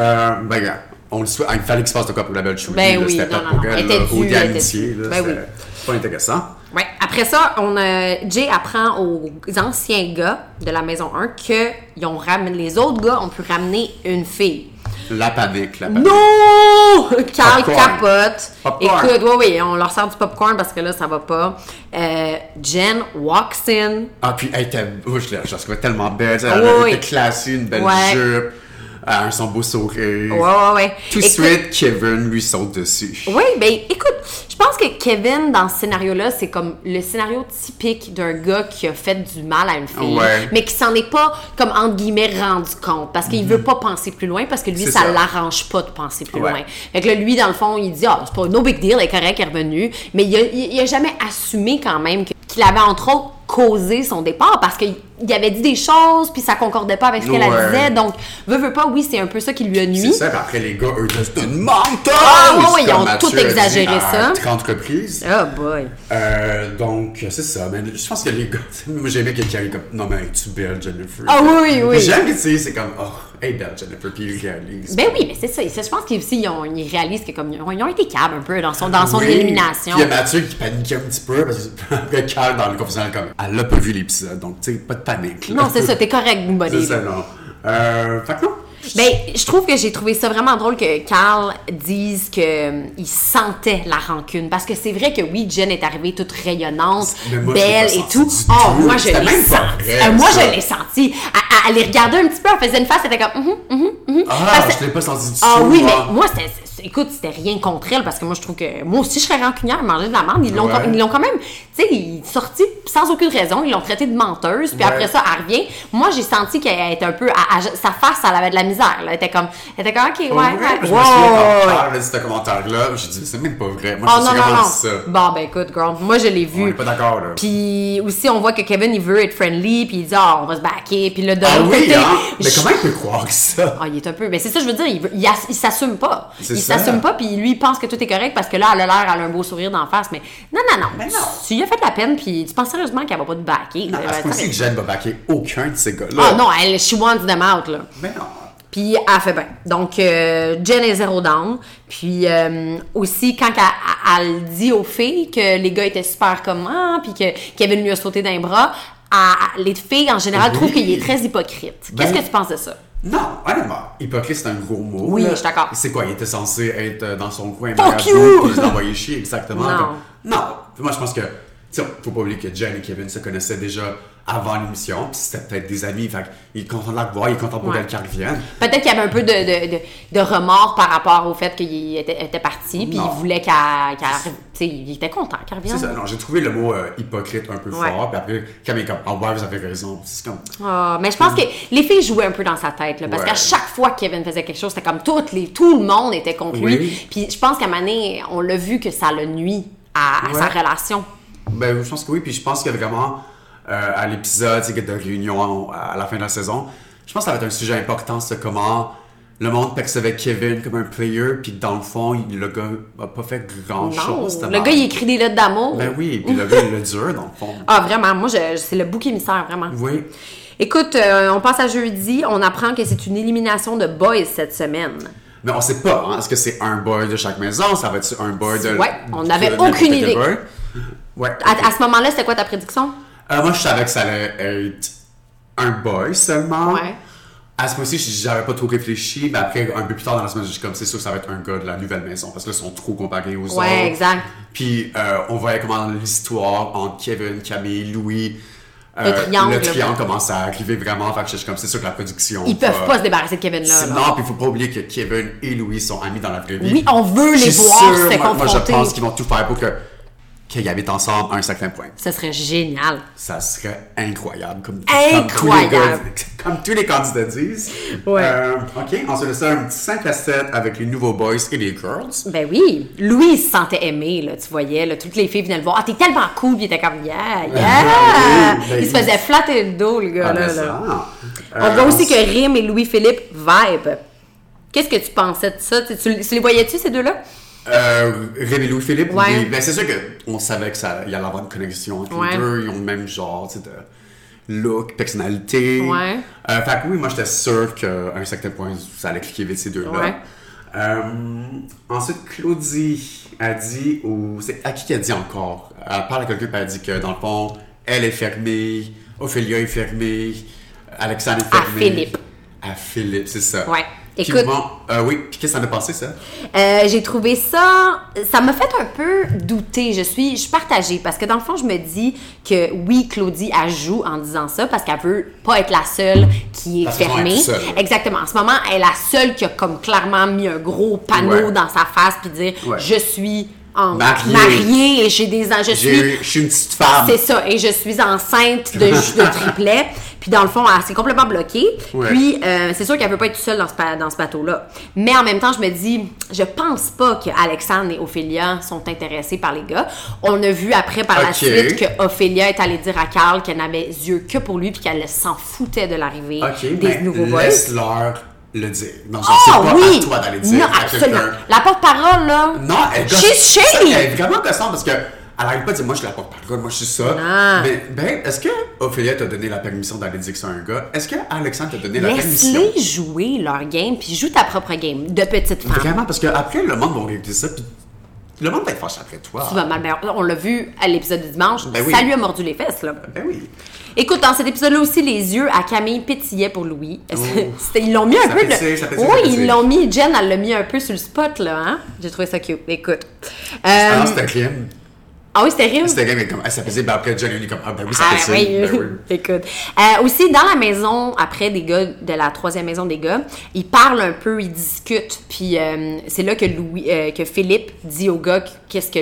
[SPEAKER 3] euh, ben, regarde, on le souhaite. Il fallait qu'il se passe de quoi pour la belle Julie.
[SPEAKER 4] Ben
[SPEAKER 3] là,
[SPEAKER 4] oui,
[SPEAKER 3] c'était
[SPEAKER 4] non,
[SPEAKER 3] pas
[SPEAKER 4] non,
[SPEAKER 3] pour
[SPEAKER 4] non.
[SPEAKER 3] elle.
[SPEAKER 4] Elle était
[SPEAKER 3] là, ou
[SPEAKER 4] due, elle était
[SPEAKER 3] d'amitié.
[SPEAKER 4] due.
[SPEAKER 3] là,
[SPEAKER 4] Ben oui.
[SPEAKER 3] c'était pas intéressant.
[SPEAKER 4] Ouais, après ça, on a, Jay apprend aux anciens gars de la maison 1 que ils ont ramené, les autres gars ont pu ramener une fille.
[SPEAKER 3] La panique, la panique.
[SPEAKER 4] Non! Carl
[SPEAKER 3] Popcorn.
[SPEAKER 4] capote.
[SPEAKER 3] Popcorn.
[SPEAKER 4] Écoute, oui, oui, on leur sort du popcorn parce que là, ça va pas. Euh, Jen walks in.
[SPEAKER 3] Ah, puis elle était. oh, je la je la trouvais tellement belle. Elle
[SPEAKER 4] Ah,
[SPEAKER 3] avait
[SPEAKER 4] oui,
[SPEAKER 3] été
[SPEAKER 4] oui.
[SPEAKER 3] classée, une belle
[SPEAKER 4] Ouais.
[SPEAKER 3] jupe, euh, son beau sourire.
[SPEAKER 4] Ouais, ouais, ouais.
[SPEAKER 3] Tout de
[SPEAKER 4] Écoute-
[SPEAKER 3] suite, Kevin lui saute dessus.
[SPEAKER 4] Oui, ben écoute, je pense que Kevin, dans ce scénario-là, c'est comme le scénario typique d'un gars qui a fait du mal à une fille,
[SPEAKER 3] Ouais. Mhm.
[SPEAKER 4] mais qui s'en est pas, comme entre guillemets, rendu compte, parce qu'il veut pas penser plus loin, parce que lui,
[SPEAKER 3] C'est
[SPEAKER 4] ça,
[SPEAKER 3] ça.
[SPEAKER 4] l'arrange pas de penser plus
[SPEAKER 3] Ouais.
[SPEAKER 4] loin. Fait que là, lui, dans le fond, il dit, ah, c'est pas no big deal, elle est correcte, elle est revenue, mais il a, il- il a jamais assumé quand même que- qu'il avait, entre autres, causé son départ, parce que il avait dit des choses, puis ça concordait pas avec ce qu'elle elle
[SPEAKER 3] Ouais.
[SPEAKER 4] disait. Donc, veut, veut pas, oui, c'est un peu ça qui lui a
[SPEAKER 3] C'est
[SPEAKER 4] nui.
[SPEAKER 3] ça, puis après les gars, eux, c'est une menteuse!
[SPEAKER 4] Ah, ouais, ouais, ils
[SPEAKER 3] comme
[SPEAKER 4] ont
[SPEAKER 3] Mathieu
[SPEAKER 4] tout
[SPEAKER 3] a dit
[SPEAKER 4] exagéré
[SPEAKER 3] à
[SPEAKER 4] ça.
[SPEAKER 3] 30 reprises.
[SPEAKER 4] Oh boy.
[SPEAKER 3] Euh, donc, c'est ça. Mais je pense que les gars, moi j'aimais quelqu'un qui est comme Non, mais es-tu belle, Jennifer?
[SPEAKER 4] Ah oui, oui, oui.
[SPEAKER 3] J'aime que tu sais, c'est comme Oh, hey, belle, Jennifer, puis il réalise.
[SPEAKER 4] Ben oui, mais c'est ça. Et ça, Je pense qu'ils aussi, ils, ont- ils réalisent que comme ils ont, ils ont été câbles un peu dans son, dans son
[SPEAKER 3] Oui.
[SPEAKER 4] élimination.
[SPEAKER 3] Puis Il y a Mathieu qui paniquait un petit peu parce que Carl dans le groupe faisait comme Elle l'a pas vu l'épisode, donc tu sais, pas de panique. là.
[SPEAKER 4] Non, c'est ça, t'es correct,
[SPEAKER 3] C'est
[SPEAKER 4] Bonnie.
[SPEAKER 3] ça, non. Euh, fait que non.
[SPEAKER 4] Ben, je trouve que j'ai trouvé ça vraiment drôle que Carl dise que euh, il sentait la rancune parce que c'est vrai que oui, Jen est arrivée toute rayonnante,
[SPEAKER 3] Mais moi, je l'ai
[SPEAKER 4] belle
[SPEAKER 3] pas
[SPEAKER 4] et
[SPEAKER 3] senti
[SPEAKER 4] tout.
[SPEAKER 3] du
[SPEAKER 4] Oh,
[SPEAKER 3] tout.
[SPEAKER 4] moi je
[SPEAKER 3] C'était
[SPEAKER 4] l'ai
[SPEAKER 3] même pas
[SPEAKER 4] senti.
[SPEAKER 3] vrai,
[SPEAKER 4] Euh, moi
[SPEAKER 3] ça.
[SPEAKER 4] je l'ai senti. Elle- Elle, elle les regardait un petit peu, elle faisait une face, elle était comme Mhm, mhm, mhm.
[SPEAKER 3] Ah,
[SPEAKER 4] Parce-
[SPEAKER 3] je l'ai pas senti du
[SPEAKER 4] Ah
[SPEAKER 3] tout, hein.
[SPEAKER 4] oui,
[SPEAKER 3] moi.
[SPEAKER 4] mais moi, c'était, c'est- écoute, c'était rien contre elle parce que moi, je trouve que moi aussi, je serais rancunière, manger de la merde. Ils l'ont,
[SPEAKER 3] Ouais.
[SPEAKER 4] quand- ils l'ont quand même, tu sais, ils sont sortis sans aucune raison. Ils l'ont traité de menteuse. Puis
[SPEAKER 3] Ouais.
[SPEAKER 4] après ça, elle revient. Moi, j'ai senti qu'elle était un peu, à, à- sa face, elle avait de la misère. là. Elle était comme, elle était comme, ok, ouais,
[SPEAKER 3] Pour vrai,
[SPEAKER 4] ouais.
[SPEAKER 3] Oh, Je
[SPEAKER 4] Wow.
[SPEAKER 3] me souviens quand Carl a dit ce commentaire-là, j'ai dit, c'est même pas vrai. Moi,
[SPEAKER 4] Oh
[SPEAKER 3] je me
[SPEAKER 4] non,
[SPEAKER 3] suis
[SPEAKER 4] non,
[SPEAKER 3] vraiment
[SPEAKER 4] non.
[SPEAKER 3] dit ça.
[SPEAKER 4] Bon, ben écoute, girl, moi, je l'ai vu.
[SPEAKER 3] On est pas d'accord, là.
[SPEAKER 4] Puis aussi, on voit que Kevin, il veut être friendly. Puis il dit, ah, on va se backer. Puis là, de
[SPEAKER 3] Ah
[SPEAKER 4] l'autre
[SPEAKER 3] oui,
[SPEAKER 4] euh, côté,
[SPEAKER 3] hein? Mais
[SPEAKER 4] je-
[SPEAKER 3] comment il peut croire que ça?
[SPEAKER 4] Ah, il est un peu. Mais c'est ça, je veux dire, il, veut- il, ass- il s'assume pas.
[SPEAKER 3] C'est
[SPEAKER 4] il
[SPEAKER 3] ça.
[SPEAKER 4] s'assume pas, puis lui, il pense que tout est correct parce que là, elle a l'air, elle a un beau sourire d'en face. Mais non, non, non.
[SPEAKER 3] Mais non.
[SPEAKER 4] Tu lui as fait de la peine, puis tu penses sérieusement qu'elle va pas te backer. là. Euh,
[SPEAKER 3] Parce qu'on sait que Jen va backer aucun de ces gars-là.
[SPEAKER 4] Eh ben, ah non, elle, she wants them out, là.
[SPEAKER 3] Mais non.
[SPEAKER 4] Puis elle fait bien. Donc, euh, Jen est zéro down. Puis euh, aussi, quand elle, elle- elle dit aux filles que les gars étaient super comme ah, puis que Kevin lui a sauté d'un bras, elle- les filles, en général,
[SPEAKER 3] Oui.
[SPEAKER 4] trouvent qu'il est très hypocrite. Qu'est-ce
[SPEAKER 3] Ben-
[SPEAKER 4] que tu penses de ça?
[SPEAKER 3] Non, honnêtement, hypocrite, c'est un gros mot.
[SPEAKER 4] Oui,
[SPEAKER 3] là.
[SPEAKER 4] je suis d'accord.
[SPEAKER 3] C'est quoi, il était censé être euh, dans son coin,
[SPEAKER 4] Fuck
[SPEAKER 3] marabout,
[SPEAKER 4] you!
[SPEAKER 3] puis l'envoyer chier, exactement.
[SPEAKER 4] Non.
[SPEAKER 3] Comme- Non. Puis moi, je pense que, tu sais, faut pas oublier que Jen et Kevin se connaissaient déjà avant l'émission, puis c'était peut-être des amis, fait qu'il est content de la voir, il est content pour
[SPEAKER 4] Ouais.
[SPEAKER 3] elle qu'elle revienne.
[SPEAKER 4] Peut-être qu'il y avait un peu de, de, de, de remords par rapport au fait qu'il était, était parti, puis
[SPEAKER 3] Non.
[SPEAKER 4] il voulait qu'elle. qu'elle arrive. Tu sais, il était content qu'elle revienne.
[SPEAKER 3] C'est ça, non, j'ai trouvé le mot euh, hypocrite un peu
[SPEAKER 4] Ouais.
[SPEAKER 3] fort, puis après, Camille est comme, ah ouais, vous avez raison. C'est comme,
[SPEAKER 4] Ah, mais je pense que les filles jouaient un peu dans sa tête, là, parce
[SPEAKER 3] Mm. Ouais.
[SPEAKER 4] qu'à chaque fois que Kevin faisait quelque chose, c'était comme toutes les, tout le monde était contre
[SPEAKER 3] Oui.
[SPEAKER 4] lui. Puis je pense qu'à un moment donné, on l'a vu que ça le nuit à, à
[SPEAKER 3] Ouais.
[SPEAKER 4] sa relation.
[SPEAKER 3] Ben, je pense que oui. Puis je pense que vraiment, euh, à l'épisode tu sais, de réunion à à la fin de la saison, je pense que ça va être un sujet important, c'est comment le monde percevait Kevin comme un player, puis dans le fond, il- le gars a pas fait
[SPEAKER 4] Non,
[SPEAKER 3] grand-chose.
[SPEAKER 4] le gars, il écrit des lettres d'amour.
[SPEAKER 3] Ben oui, puis le gars, il le dure, dans le fond.
[SPEAKER 4] Ah, vraiment, moi, je- c'est le bouc émissaire, vraiment.
[SPEAKER 3] Oui.
[SPEAKER 4] Écoute, euh, on passe à jeudi. On apprend que c'est une élimination de boys cette semaine.
[SPEAKER 3] Mais on sait pas, hein, est-ce que c'est un boy de chaque maison? Ça va être un boy de...
[SPEAKER 4] Ouais, on n'avait
[SPEAKER 3] de n'importe
[SPEAKER 4] aucune
[SPEAKER 3] quel
[SPEAKER 4] idée. Ah.
[SPEAKER 3] boy? Ouais.
[SPEAKER 4] À,
[SPEAKER 3] ok.
[SPEAKER 4] à ce moment-là, c'était quoi ta prédiction?
[SPEAKER 3] Euh, moi, je savais que ça allait être un boy seulement.
[SPEAKER 4] Ouais.
[SPEAKER 3] À ce moment-ci, j- j'avais pas trop réfléchi, mais après, un peu plus tard dans la semaine, je suis comme, c'est sûr que ça va être un gars de la nouvelle maison, parce que là, ils sont trop comparés aux autres.
[SPEAKER 4] Ouais, exact.
[SPEAKER 3] Puis, euh, on voyait comment l'histoire entre Kevin, Camille, Louis, euh,
[SPEAKER 4] triangle,
[SPEAKER 3] le
[SPEAKER 4] là.
[SPEAKER 3] triangle commence à arriver vraiment. Fait que je suis comme, c'est sûr que la production.
[SPEAKER 4] Ils
[SPEAKER 3] va-
[SPEAKER 4] peuvent pas se débarrasser de Kevin là.
[SPEAKER 3] C'est-
[SPEAKER 4] là.
[SPEAKER 3] Non, puis il faut pas oublier que Kevin et Louis sont amis dans la vraie vie.
[SPEAKER 4] Oui, on veut
[SPEAKER 3] Je
[SPEAKER 4] les
[SPEAKER 3] suis
[SPEAKER 4] voir
[SPEAKER 3] sûr,
[SPEAKER 4] se
[SPEAKER 3] moi- Moi, je
[SPEAKER 4] confronter.
[SPEAKER 3] pense qu'ils vont tout faire pour que qu'ils habitent ensemble à un certain point.
[SPEAKER 4] Ce serait génial.
[SPEAKER 3] Ça serait incroyable. Comme,
[SPEAKER 4] Incroyable.
[SPEAKER 3] Comme tous, les gars- comme tous les candidats disent.
[SPEAKER 4] Ouais.
[SPEAKER 3] Euh, OK, ensuite de ça, un petit 5 à 7 avec les nouveaux boys et les girls.
[SPEAKER 4] Ben oui, Louis il se sentait aimé, là, tu voyais, là, toutes les filles venaient le voir. Ah, t'es tellement cool, puis il était comme, yeah, yeah!
[SPEAKER 3] Oui, ben
[SPEAKER 4] il se
[SPEAKER 3] oui.
[SPEAKER 4] faisait flatter le dos, le gars,
[SPEAKER 3] Ah,
[SPEAKER 4] là.
[SPEAKER 3] mais ça.
[SPEAKER 4] là.
[SPEAKER 3] Euh,
[SPEAKER 4] On voit aussi que
[SPEAKER 3] ensuite-
[SPEAKER 4] Rim et Louis-Philippe vibe. Qu'est-ce que tu pensais de ça? Tu, tu- tu les voyais-tu, ces deux-là?
[SPEAKER 3] Euh, Rémi Louis Philippe,
[SPEAKER 4] Ouais.
[SPEAKER 3] oui. Ben, c'est sûr qu'on savait qu'il allait y avoir une connexion entre les
[SPEAKER 4] Ouais.
[SPEAKER 3] deux. Ils ont le même genre tu sais, de look, personnalité.
[SPEAKER 4] Ouais.
[SPEAKER 3] Euh, fait que oui, moi, j'étais sûr qu'à un certain point, ça allait cliquer vite ces deux-là.
[SPEAKER 4] Ouais.
[SPEAKER 3] Euh, ensuite, Claudie a dit, ou c'est à qui qu'elle dit encore Elle parle à quelqu'un puis elle dit que dans le fond, elle est fermée, Ophélia est fermée, Alexandre est
[SPEAKER 4] À
[SPEAKER 3] fermée.
[SPEAKER 4] Philippe.
[SPEAKER 3] À Philippe, c'est ça.
[SPEAKER 4] Ouais.
[SPEAKER 3] Puis
[SPEAKER 4] Écoute-
[SPEAKER 3] bon, euh, oui, puis qu'est-ce que ça en a pensé, ça
[SPEAKER 4] Euh, j'ai trouvé ça, ça m'a fait un peu douter. Je suis, je suis partagée parce que dans le fond, je me dis que oui, Claudie elle joue en disant ça parce qu'elle veut pas être la seule qui est
[SPEAKER 3] Parce qu'elle va
[SPEAKER 4] fermée.
[SPEAKER 3] être seule.
[SPEAKER 4] Exactement. En ce moment, elle est la seule qui a comme clairement mis un gros panneau
[SPEAKER 3] Ouais.
[SPEAKER 4] dans sa face puis dire
[SPEAKER 3] Ouais.
[SPEAKER 4] je suis en
[SPEAKER 3] Mariée.
[SPEAKER 4] mariée et j'ai des en- je suis
[SPEAKER 3] J'ai- Je suis une petite femme.
[SPEAKER 4] c'est ça. Et je suis enceinte de, de triplet. Puis dans le fond, elle s'est complètement bloquée.
[SPEAKER 3] Ouais.
[SPEAKER 4] Puis euh, c'est sûr qu'elle peut pas être toute seule dans ce, pa- dans ce bateau-là. Mais en même temps, je me dis, je pense pas que Alexandre et Ophélia sont intéressés par les gars. On a vu après par
[SPEAKER 3] Ok.
[SPEAKER 4] la suite que Ophélia est allée dire à Carl qu'elle n'avait yeux que pour lui puis qu'elle s'en foutait de l'arrivée
[SPEAKER 3] OK,
[SPEAKER 4] des
[SPEAKER 3] mais
[SPEAKER 4] nouveaux boys.
[SPEAKER 3] laisse-leur le dire. Non, je
[SPEAKER 4] Ah
[SPEAKER 3] pas
[SPEAKER 4] oui!
[SPEAKER 3] à toi d'aller dire
[SPEAKER 4] non,
[SPEAKER 3] à
[SPEAKER 4] absolument.
[SPEAKER 3] quelqu'un.
[SPEAKER 4] La porte-parole, là.
[SPEAKER 3] Non, elle gosse- ça,
[SPEAKER 4] She's shady!
[SPEAKER 3] Elle est vraiment gossante parce que elle arrive pas à dire moi je suis la porte-parole, moi je suis ça.
[SPEAKER 4] Non.
[SPEAKER 3] Mais ben, est-ce que Ophélia t'a donné la permission d'aller dire que c'est un gars? Est-ce que Alexandre t'a donné la permission?
[SPEAKER 4] Laisse-les jouer leur game puis joue ta propre game de petite femme.
[SPEAKER 3] Vraiment, parce que après le monde va réécouter ça, puis le monde va être fâché après toi.
[SPEAKER 4] Tu vas mal, mais on l'a vu à l'épisode du dimanche.
[SPEAKER 3] Ben oui.
[SPEAKER 4] Ça lui a mordu les fesses, là.
[SPEAKER 3] Ben oui.
[SPEAKER 4] Écoute, dans cet épisode-là aussi, les yeux à Camille pétillaient pour Louis. C'était- ils l'ont mis un
[SPEAKER 3] Ça
[SPEAKER 4] peu de-
[SPEAKER 3] pétille, ça pétille,
[SPEAKER 4] oui,
[SPEAKER 3] ça pétille.
[SPEAKER 4] ils l'ont mis. Jen, elle l'a mis un peu sur le spot, là. Hein? J'ai trouvé ça cute. Écoute. Euh,
[SPEAKER 3] Alors Ah, c'était crime.
[SPEAKER 4] ah oui, c'était rire.
[SPEAKER 3] C'était crime, mais comme, ah, ça faisait, ben après Johnny, il est comme, ah ben oui, ça
[SPEAKER 4] Ah
[SPEAKER 3] faisait.
[SPEAKER 4] oui,
[SPEAKER 3] Ben oui.
[SPEAKER 4] écoute. Euh, aussi, dans la maison, après des gars, de la troisième maison des gars, ils parlent un peu, ils discutent. Puis euh, c'est là que, Louis, euh, que Philippe dit aux gars qu'est-ce que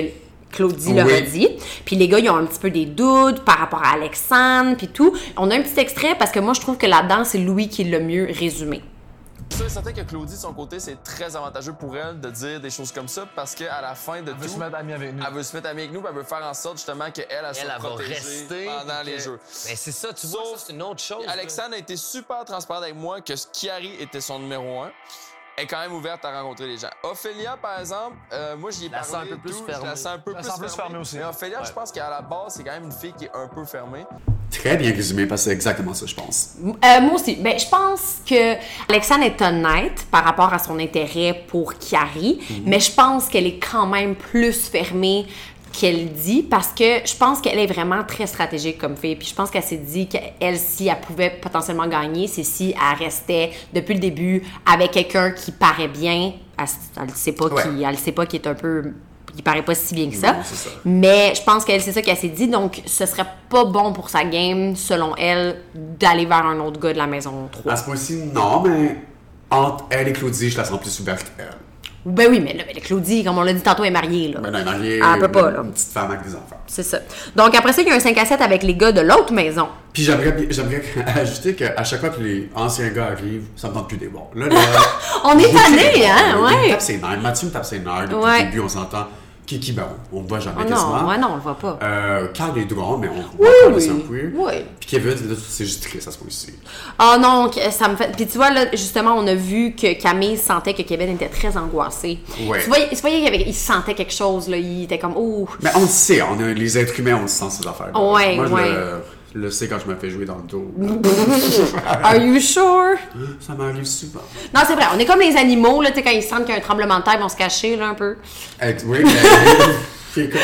[SPEAKER 4] Claudie leur a
[SPEAKER 3] Oui.
[SPEAKER 4] dit. Puis les gars, ils ont un petit peu des doutes par rapport à Alexandre, puis tout. On a un petit extrait parce que moi, je trouve que là-dedans, c'est Louis qui l'a mieux résumé.
[SPEAKER 7] sûr et certain que Claudie, de son côté, c'est très avantageux pour elle de dire des choses comme ça parce qu'à la fin de tout. Elle veut se mettre amie avec nous. Elle veut se mettre amie avec nous, puis elle veut faire en sorte justement qu'elle, elle,
[SPEAKER 9] Ah, Elle,
[SPEAKER 7] soit
[SPEAKER 9] elle va
[SPEAKER 7] protégée
[SPEAKER 9] rester.
[SPEAKER 7] pendant
[SPEAKER 9] puis
[SPEAKER 7] les
[SPEAKER 9] que-
[SPEAKER 7] jeux.
[SPEAKER 9] Ben, c'est ça, tu vois,
[SPEAKER 7] Sauf-
[SPEAKER 9] ça, c'est une autre chose. là.
[SPEAKER 7] Alexandre a été super transparent avec moi que ce qui arrive était son numéro un. Elle est quand même ouverte à rencontrer les gens. Ophélia, par exemple, euh, moi, j'y ai
[SPEAKER 9] La
[SPEAKER 7] parlé.
[SPEAKER 9] sens un peu plus
[SPEAKER 7] tout, Je
[SPEAKER 9] fermée.
[SPEAKER 7] la sens un peu
[SPEAKER 9] La
[SPEAKER 7] plus,
[SPEAKER 9] sens plus fermée hein.
[SPEAKER 7] aussi. Mais Ophélia, je pense qu'à la base, c'est quand même une fille qui est un peu fermée.
[SPEAKER 3] Très bien résumé, parce que c'est exactement ça, je pense.
[SPEAKER 4] Euh, moi aussi. Ben, je pense que Alexandre est honnête par rapport à son intérêt pour Carrie,
[SPEAKER 3] Mhm.
[SPEAKER 4] mais je pense qu'elle est quand même plus fermée qu'elle dit parce que je pense qu'elle est vraiment très stratégique comme fille. Puis je pense qu'elle s'est dit qu'elle, si elle pouvait potentiellement gagner, c'est si elle restait depuis le début avec quelqu'un qui paraît bien. Elle s- Elle ne sait pas
[SPEAKER 3] Ouais.
[SPEAKER 4] qui, elle le sait pas qui est un peu qui paraît pas si bien que ça.
[SPEAKER 3] Non, c'est ça.
[SPEAKER 4] Mais je pense qu'elle, c'est ça qu'elle s'est dit. Donc, ce serait pas bon pour sa game, selon elle, d'aller vers un autre gars de la maison 3.
[SPEAKER 3] À ce point-ci, non, mais entre elle et Claudie, je la sens plus ouverte qu'elle.
[SPEAKER 4] Ben oui, mais là, mais la Claudie, comme on l'a dit tantôt, est mariée, là.
[SPEAKER 3] Ben non, elle est mariée,
[SPEAKER 4] Ah, elle peut pas,
[SPEAKER 3] une-
[SPEAKER 4] là.
[SPEAKER 3] une petite femme avec des enfants.
[SPEAKER 4] C'est ça. Donc, après ça, il y a un 5 à 7 avec les gars de l'autre maison.
[SPEAKER 3] Puis j'aimerais, bien- j'aimerais ajouter qu'à chaque fois que les anciens gars arrivent, ça me tente plus des bons. Là, là,
[SPEAKER 4] On est tanné,
[SPEAKER 3] tanné,
[SPEAKER 4] hein?
[SPEAKER 3] Il me
[SPEAKER 4] Ouais.
[SPEAKER 3] tape ses nerfs. Mathieu me tape ses nerfs. Depuis
[SPEAKER 4] Ouais.
[SPEAKER 3] le début, on s'entend. Kiki, ben, on on le voit jamais
[SPEAKER 4] Ah non,
[SPEAKER 3] quasiment.
[SPEAKER 4] ouais, non, on le voit pas.
[SPEAKER 3] Euh, Carl est drôle, mais on
[SPEAKER 4] Oui,
[SPEAKER 3] voit
[SPEAKER 4] oui,
[SPEAKER 3] c'est un peu.
[SPEAKER 4] oui.
[SPEAKER 3] Puis Kevin, là, c'est juste triste à ce point-ci.
[SPEAKER 4] Ah non, que- ça me fait. Puis tu vois, là, justement, on a vu que Camille sentait que Kevin était très angoissé.
[SPEAKER 3] Ouais.
[SPEAKER 4] Tu voyais, tu voyais qu'il y avait- il sentait quelque chose, là. Il était comme, oh.
[SPEAKER 3] Mais on le sait, on a- les êtres humains, on le sent, ces affaires.
[SPEAKER 4] Ouais,
[SPEAKER 3] Moi, je
[SPEAKER 4] ouais.
[SPEAKER 3] le, le sais quand je me fais jouer dans le dos. Ah,
[SPEAKER 4] Are you sure?
[SPEAKER 3] ça m'arrive souvent.
[SPEAKER 4] Non, c'est vrai, on est comme les animaux, là, tu sais, quand ils sentent qu'il y a un tremblement de terre, ils vont se cacher, là, un peu.
[SPEAKER 3] Ex- Oui, mais- Puis, écoute,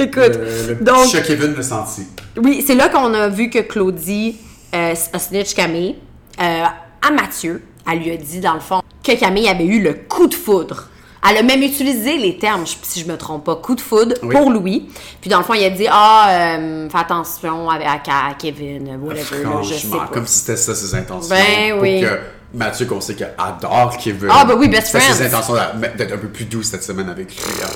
[SPEAKER 4] Écoute,
[SPEAKER 3] euh, le petit
[SPEAKER 4] donc,
[SPEAKER 3] chat Kevin le sentit.
[SPEAKER 4] oui, c'est là qu'on a vu que Claudie euh, a snitch Camille euh, à Mathieu. Elle lui a dit, dans le fond, que Camille avait eu le coup de foudre. Elle a même utilisé les termes, je- si je me trompe pas, coup de foudre
[SPEAKER 3] Oui.
[SPEAKER 4] pour Louis. Puis dans le fond, il a dit Ah, euh, fais attention avec, à, à Kevin, whatever, là, je sais
[SPEAKER 3] Franchement,
[SPEAKER 4] pas.
[SPEAKER 3] comme si c'était ça ses intentions.
[SPEAKER 4] Ben
[SPEAKER 3] pour
[SPEAKER 4] oui.
[SPEAKER 3] que Mathieu, qu'on sait qu'elle adore Kevin.
[SPEAKER 4] Ah, ben oui, best
[SPEAKER 3] c'était
[SPEAKER 4] friends.
[SPEAKER 3] ses intentions d'a- d'être un peu plus douce cette semaine avec lui. hein.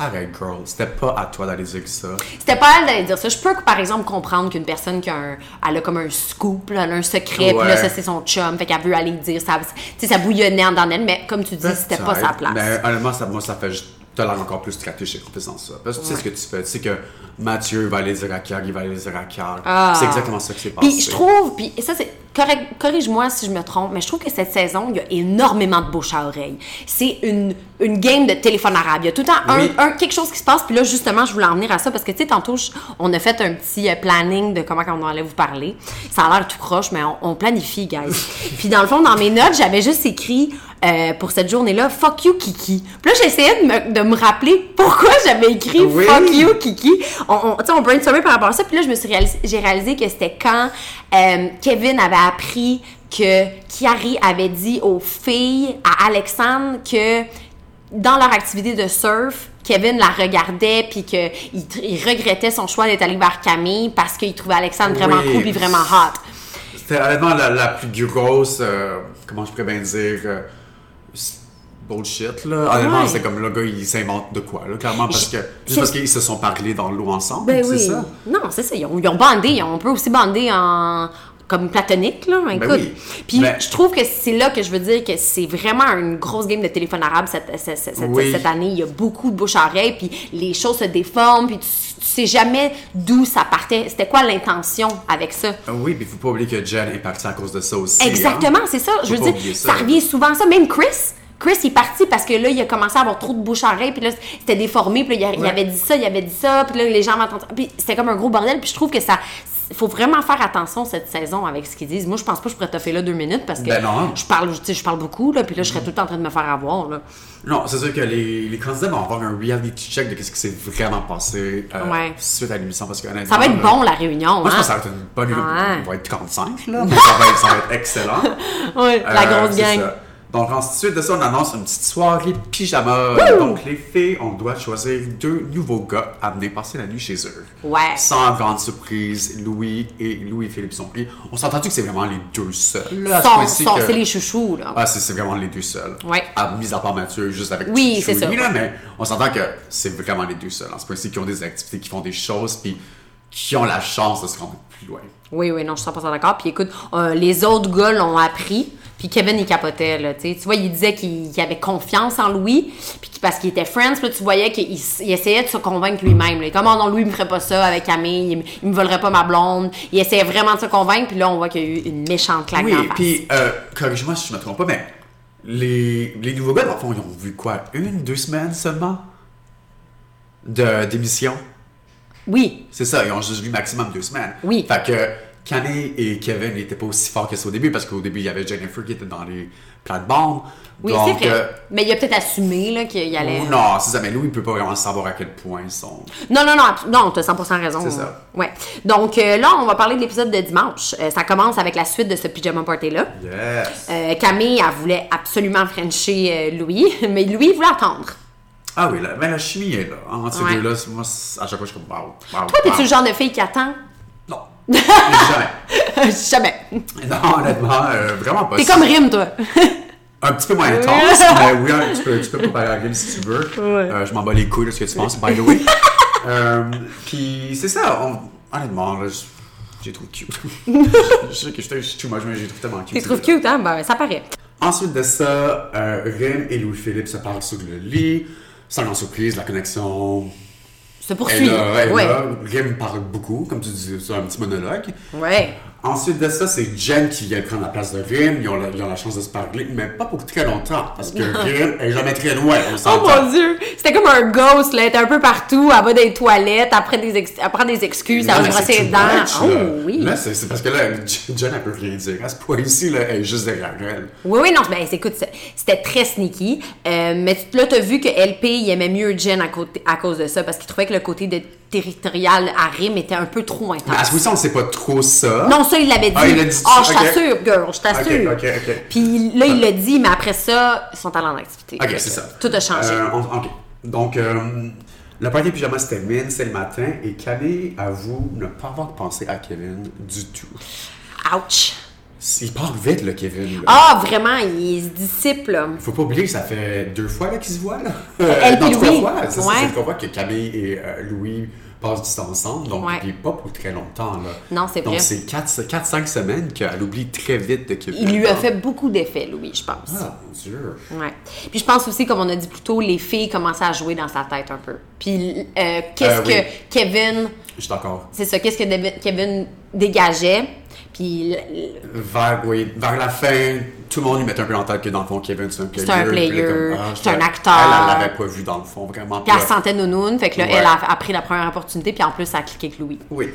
[SPEAKER 3] Arrête, girl. C'était pas à toi d'aller dire ça.
[SPEAKER 4] C'était pas elle d'aller dire ça. Je peux, par exemple, comprendre qu'une personne qui a un, elle a comme un scoop, là, elle a un secret, puis là,
[SPEAKER 3] Ouais.
[SPEAKER 4] ça, c'est son chum, fait qu'elle veut aller dire ça. Tu sais, ça bouillonnait en dedans d'elle, mais comme tu dis, c'était pas sa place.
[SPEAKER 3] Mais honnêtement, ça, moi, ça fait juste. T'as l'air encore plus stratégique en faisant ça. Parce que tu sais ce que tu fais. Tu sais que Mathieu va aller dire à Carl, il va aller dire à Carl. C'est exactement ça qui s'est passé.
[SPEAKER 4] Ah. Puis je trouve, puis ça c'est correct- corrige-moi si je me trompe, mais je trouve que cette saison, il y a énormément de bouche à oreille. C'est une, une game de téléphone arabe. Il y a tout le temps un-
[SPEAKER 3] Oui.
[SPEAKER 4] un, quelque chose qui se passe. Puis là, justement, je voulais en venir à ça parce que, tu sais, tantôt, je- on a fait un petit euh, planning de comment on allait vous parler. Ça a l'air tout croche, mais on, on planifie, guys. puis dans le fond, dans mes notes, j'avais juste écrit euh, pour cette journée-là, fuck you, Kiki. Puis là, j'essayais de me, de me rappeler pourquoi j'avais écrit
[SPEAKER 3] Oui.
[SPEAKER 4] fuck you, Kiki. On, on, tu sais, on brainstormait par rapport à ça. Puis là, je me suis réalis- j'ai réalisé que c'était quand euh, Kevin avait appris que Kiari avait dit aux filles, à Alexandre, que dans leur activité de surf, Kevin la regardait puis que il, tr- il regrettait son choix d'être allé vers Camille parce qu'il trouvait Alexandre vraiment
[SPEAKER 3] Oui.
[SPEAKER 4] cool puis vraiment hot.
[SPEAKER 3] C'était honnêtement la, la plus grosse, euh, comment je pourrais bien dire, euh, bullshit, là. Honnêtement,
[SPEAKER 4] Ah Ouais.
[SPEAKER 3] c'est comme le gars, il s'invente de quoi, là, clairement, parce que. Juste
[SPEAKER 4] je-
[SPEAKER 3] parce qu'ils se sont parlé dans l'eau ensemble,
[SPEAKER 4] Ben
[SPEAKER 3] c'est
[SPEAKER 4] oui.
[SPEAKER 3] ça?
[SPEAKER 4] Non, c'est ça. Ils ont, ils ont bandé. Ils ont- on peut aussi bander en comme platonique, là. Écoute.
[SPEAKER 3] oui.
[SPEAKER 4] Puis
[SPEAKER 3] Ben-
[SPEAKER 4] je trouve que c'est là que je veux dire que c'est vraiment une grosse game de téléphone arabe cette, cette, cette- cette-
[SPEAKER 3] Oui.
[SPEAKER 4] cette année. Il y a beaucoup de bouche à oreille, puis les choses se déforment, puis tu, tu sais jamais d'où ça partait. C'était quoi l'intention avec ça?
[SPEAKER 3] Ah Oui, mais faut pas oublier que Jen est parti à cause de ça aussi. hein.
[SPEAKER 4] Exactement, c'est ça. Je
[SPEAKER 3] Faut
[SPEAKER 4] veux
[SPEAKER 3] pas
[SPEAKER 4] dire,
[SPEAKER 3] oublier
[SPEAKER 4] ça,
[SPEAKER 3] ça.
[SPEAKER 4] revient souvent à ça. Même Chris, Chris il est parti parce que là, il a commencé à avoir trop de bouche à oreille, puis là, c'était déformé, puis là, il, a- il
[SPEAKER 3] Ouais.
[SPEAKER 4] avait dit ça, il avait dit ça, puis là, les gens m'entendent. Puis c'était comme un gros bordel, puis je trouve que ça. Faut vraiment faire attention cette saison avec ce qu'ils disent. Moi, je pense pas que je pourrais toffer là deux minutes parce que
[SPEAKER 3] Ben non. Mm-hmm.
[SPEAKER 4] je parle, tu sais, je parle beaucoup là, puis là, je serais tout le temps en train de me faire avoir là.
[SPEAKER 3] Non, c'est sûr que les, les candidats vont avoir un reality check de qu'est-ce qui s'est vraiment passé euh,
[SPEAKER 4] Ouais.
[SPEAKER 3] suite à l'émission, parce que honnêtement.
[SPEAKER 4] Ça va
[SPEAKER 3] là,
[SPEAKER 4] être bon la réunion.
[SPEAKER 3] Moi, je
[SPEAKER 4] hein?
[SPEAKER 3] pense que ça va être une bonne idée.
[SPEAKER 4] Ouais.
[SPEAKER 3] On va être 35, là. mais ça, va être, ça va être excellent.
[SPEAKER 4] Ouais, la
[SPEAKER 3] Euh,
[SPEAKER 4] grosse
[SPEAKER 3] c'est
[SPEAKER 4] gang.
[SPEAKER 3] ça. Donc, ensuite de ça, on annonce une petite soirée pyjama. Donc, les filles, on doit choisir deux nouveaux gars à venir passer la nuit chez eux.
[SPEAKER 4] Ouais.
[SPEAKER 3] Sans grande surprise, Louis et Louis-Philippe sont pris. On s'est entendu que c'est vraiment les deux seuls. là, à ce
[SPEAKER 4] Sors-
[SPEAKER 3] point-ci
[SPEAKER 4] sors,
[SPEAKER 3] que-
[SPEAKER 4] c'est les chouchous là.
[SPEAKER 3] ah, c'est c'est vraiment les deux seuls.
[SPEAKER 4] Ouais.
[SPEAKER 3] À, mis à part Mathieu, juste avec
[SPEAKER 4] Oui,
[SPEAKER 3] Chouchou
[SPEAKER 4] c'est
[SPEAKER 3] et
[SPEAKER 4] ça,
[SPEAKER 3] lui,
[SPEAKER 4] ouais.
[SPEAKER 3] là, mais on s'entend que c'est vraiment les deux seuls. En ce point-ci, qui ont des activités, qui font des choses, puis qui ont la chance de se rendre plus loin.
[SPEAKER 4] Oui, oui, non, je suis 100% d'accord. Puis écoute, euh, les autres gars l'ont appris. Puis Kevin, il capotait, là, tu sais. Tu vois, il disait qu'il qu'il avait confiance en Louis, puis qu'il- parce qu'il était friends, puis là, tu voyais qu'il s- il essayait de se convaincre lui-même. là. Comment non, Louis, il me ferait pas ça avec Camille, il, me- il me volerait pas ma blonde. Il essayait vraiment de se convaincre, puis là, on voit qu'il y a eu une méchante claque
[SPEAKER 3] Oui,
[SPEAKER 4] dans la face.
[SPEAKER 3] puis, euh, corrige-moi si je me trompe pas, mais les, les nouveaux gars, dans le fond, ils ont vu quoi Une, deux semaines seulement de d'émission
[SPEAKER 4] Oui,
[SPEAKER 3] C'est ça, ils ont juste vu maximum deux semaines.
[SPEAKER 4] Oui.
[SPEAKER 3] Fait que Camille et Kevin n'étaient pas aussi forts que ça au début, parce qu'au début, il y avait Jennifer qui était dans les plates-bandes.
[SPEAKER 4] oui,
[SPEAKER 3] Donc,
[SPEAKER 4] c'est vrai.
[SPEAKER 3] euh,
[SPEAKER 4] Mais il a peut-être assumé, là, qu'il allait...
[SPEAKER 3] Oh non, c'est ça, mais Louis, il peut pas vraiment savoir à quel point ils sont.
[SPEAKER 4] Non, non, non, abs- non, t'as 100% raison.
[SPEAKER 3] C'est ça.
[SPEAKER 4] Ouais. Donc euh, là, on va parler de l'épisode de dimanche. Euh, ça commence avec la suite de ce pyjama party-là.
[SPEAKER 3] Yes!
[SPEAKER 4] Euh, Camille, elle voulait absolument frencher euh, Louis, mais Louis, il voulait attendre.
[SPEAKER 3] Ah oui, là, mais la chimie est là. hein, Entre ces
[SPEAKER 4] Ouais.
[SPEAKER 3] deux-là, c'est- moi, c'est- à chaque fois, je suis comme, wow, wow.
[SPEAKER 4] Toi,
[SPEAKER 3] wow.
[SPEAKER 4] t'es-tu le genre de fille qui attend?
[SPEAKER 3] Non. Jamais.
[SPEAKER 4] Jamais.
[SPEAKER 3] Non, honnêtement, euh, vraiment pas.
[SPEAKER 4] T'es
[SPEAKER 3] Si-
[SPEAKER 4] comme Rime, toi.
[SPEAKER 3] Un petit peu moins intense, mais oui, hein, tu peux, tu peux préparer la game si tu veux. Euh, je m'en bats les couilles de ce que tu penses, by the way. euh, Puis c'est ça, on- honnêtement, là, je- j'ai trouvé cute. je sais que je suis too much, mais j'ai trouvé tellement cute.
[SPEAKER 4] Tu te trouves
[SPEAKER 3] ces deux-là.
[SPEAKER 4] cute, hein? Ben, ça paraît.
[SPEAKER 3] Ensuite de ça, euh, Rem et Louis-Philippe se parlent sur le lit. Sans grande surprise, la connexion
[SPEAKER 4] Se
[SPEAKER 3] est
[SPEAKER 4] poursuit.
[SPEAKER 3] là. Elle
[SPEAKER 4] ouais.
[SPEAKER 3] là. Rem parle beaucoup, comme tu dis, c'est un petit monologue.
[SPEAKER 4] Ouais.
[SPEAKER 3] Ensuite de ça, c'est Jen qui vient prendre la place de Rim. Ils ont la, ils ont la chance de se parler, mais pas pour très longtemps, parce que Rim est jamais très loin, on
[SPEAKER 4] Oh
[SPEAKER 3] s'entend.
[SPEAKER 4] mon dieu! C'était comme un ghost, là. Elle était un peu partout. Elle va dans les toilettes, elle prend des, ex- elle prend des excuses,
[SPEAKER 3] Non,
[SPEAKER 4] elle
[SPEAKER 3] mais
[SPEAKER 4] va se
[SPEAKER 3] c'est
[SPEAKER 4] brosser les
[SPEAKER 3] too
[SPEAKER 4] dents.
[SPEAKER 3] much,
[SPEAKER 4] Oh
[SPEAKER 3] là.
[SPEAKER 4] oui!
[SPEAKER 3] Là, c'est c'est parce que là, Jen, Jen, elle peut rien dire. À ce point-ci, là, elle est juste derrière elle.
[SPEAKER 4] Oui, oui, non, ben, c'est- écoute, c'est- c'était très sneaky. Euh, mais tu- là, t'as vu que LP, il aimait mieux Jen à, côté, à cause de ça, parce qu'il trouvait que le côté de territorial à Rim était un peu trop intense.
[SPEAKER 3] Mais à ce point-ci, on ne sait pas trop ça.
[SPEAKER 4] Non, ça, il l'avait dit.
[SPEAKER 3] Ah, il l'a dit,
[SPEAKER 4] Ah, je
[SPEAKER 3] ok.
[SPEAKER 4] t'assure, girl, je t'assure.
[SPEAKER 3] Ok, ok, ok. Ah.
[SPEAKER 4] Puis là, il l'a dit, mais après ça, ils sont allés en activité.
[SPEAKER 3] Ok,
[SPEAKER 4] Fait
[SPEAKER 3] c'est
[SPEAKER 4] que
[SPEAKER 3] ça.
[SPEAKER 4] Tout a changé.
[SPEAKER 3] Euh, on- ok. Donc, euh, le party pyjama se termine, c'est le matin, et Camille avoue ne pas avoir pensé à Kevin du tout. Euh.
[SPEAKER 4] Ouch.
[SPEAKER 3] Il part vite, le Kevin. là.
[SPEAKER 4] Ah, vraiment, il se dissipe, là.
[SPEAKER 3] Faut pas oublier que ça fait deux fois là, qu'ils se voient. Là.
[SPEAKER 4] Elle
[SPEAKER 3] Euh, non,
[SPEAKER 4] puis
[SPEAKER 3] trois
[SPEAKER 4] Louis.
[SPEAKER 3] fois. C'est ça,
[SPEAKER 4] Ah, Ouais.
[SPEAKER 3] c'est qu'on voit que Camille et euh, Louis passent du temps ensemble, donc
[SPEAKER 4] Ouais.
[SPEAKER 3] puis pas pour très longtemps. Là.
[SPEAKER 4] Non, c'est vrai.
[SPEAKER 3] Donc c'est 4-5 semaines qu'elle oublie très vite de Kevin.
[SPEAKER 4] Il lui a fait beaucoup d'effets, Louis, je pense.
[SPEAKER 3] Ah, mon Dieu.
[SPEAKER 4] Ouais. Puis je pense aussi, comme on a dit plus tôt, les filles commençaient à jouer dans sa tête un peu. Puis euh,
[SPEAKER 3] Euh,
[SPEAKER 4] qu'est-ce
[SPEAKER 3] oui.
[SPEAKER 4] que Kevin,
[SPEAKER 3] Je suis d'accord.
[SPEAKER 4] c'est ça, qu'est-ce que Devi- Kevin dégageait? Puis l- l-
[SPEAKER 3] Vers, oui, vers la fin, tout le monde lui met un peu en tête que dans le fond, Kevin, c'est un player.
[SPEAKER 4] un
[SPEAKER 3] puis il est
[SPEAKER 4] player,
[SPEAKER 3] comme, ah,
[SPEAKER 4] c'est un
[SPEAKER 3] je-
[SPEAKER 4] acteur.
[SPEAKER 3] Elle, elle l'avait pas vu dans le fond, vraiment.
[SPEAKER 4] puis elle
[SPEAKER 3] Puis
[SPEAKER 4] se sentait nounoune, fait que là,
[SPEAKER 3] Ouais.
[SPEAKER 4] elle a, a pris la première opportunité, puis en plus, ça a cliqué avec Louis.
[SPEAKER 3] Oui.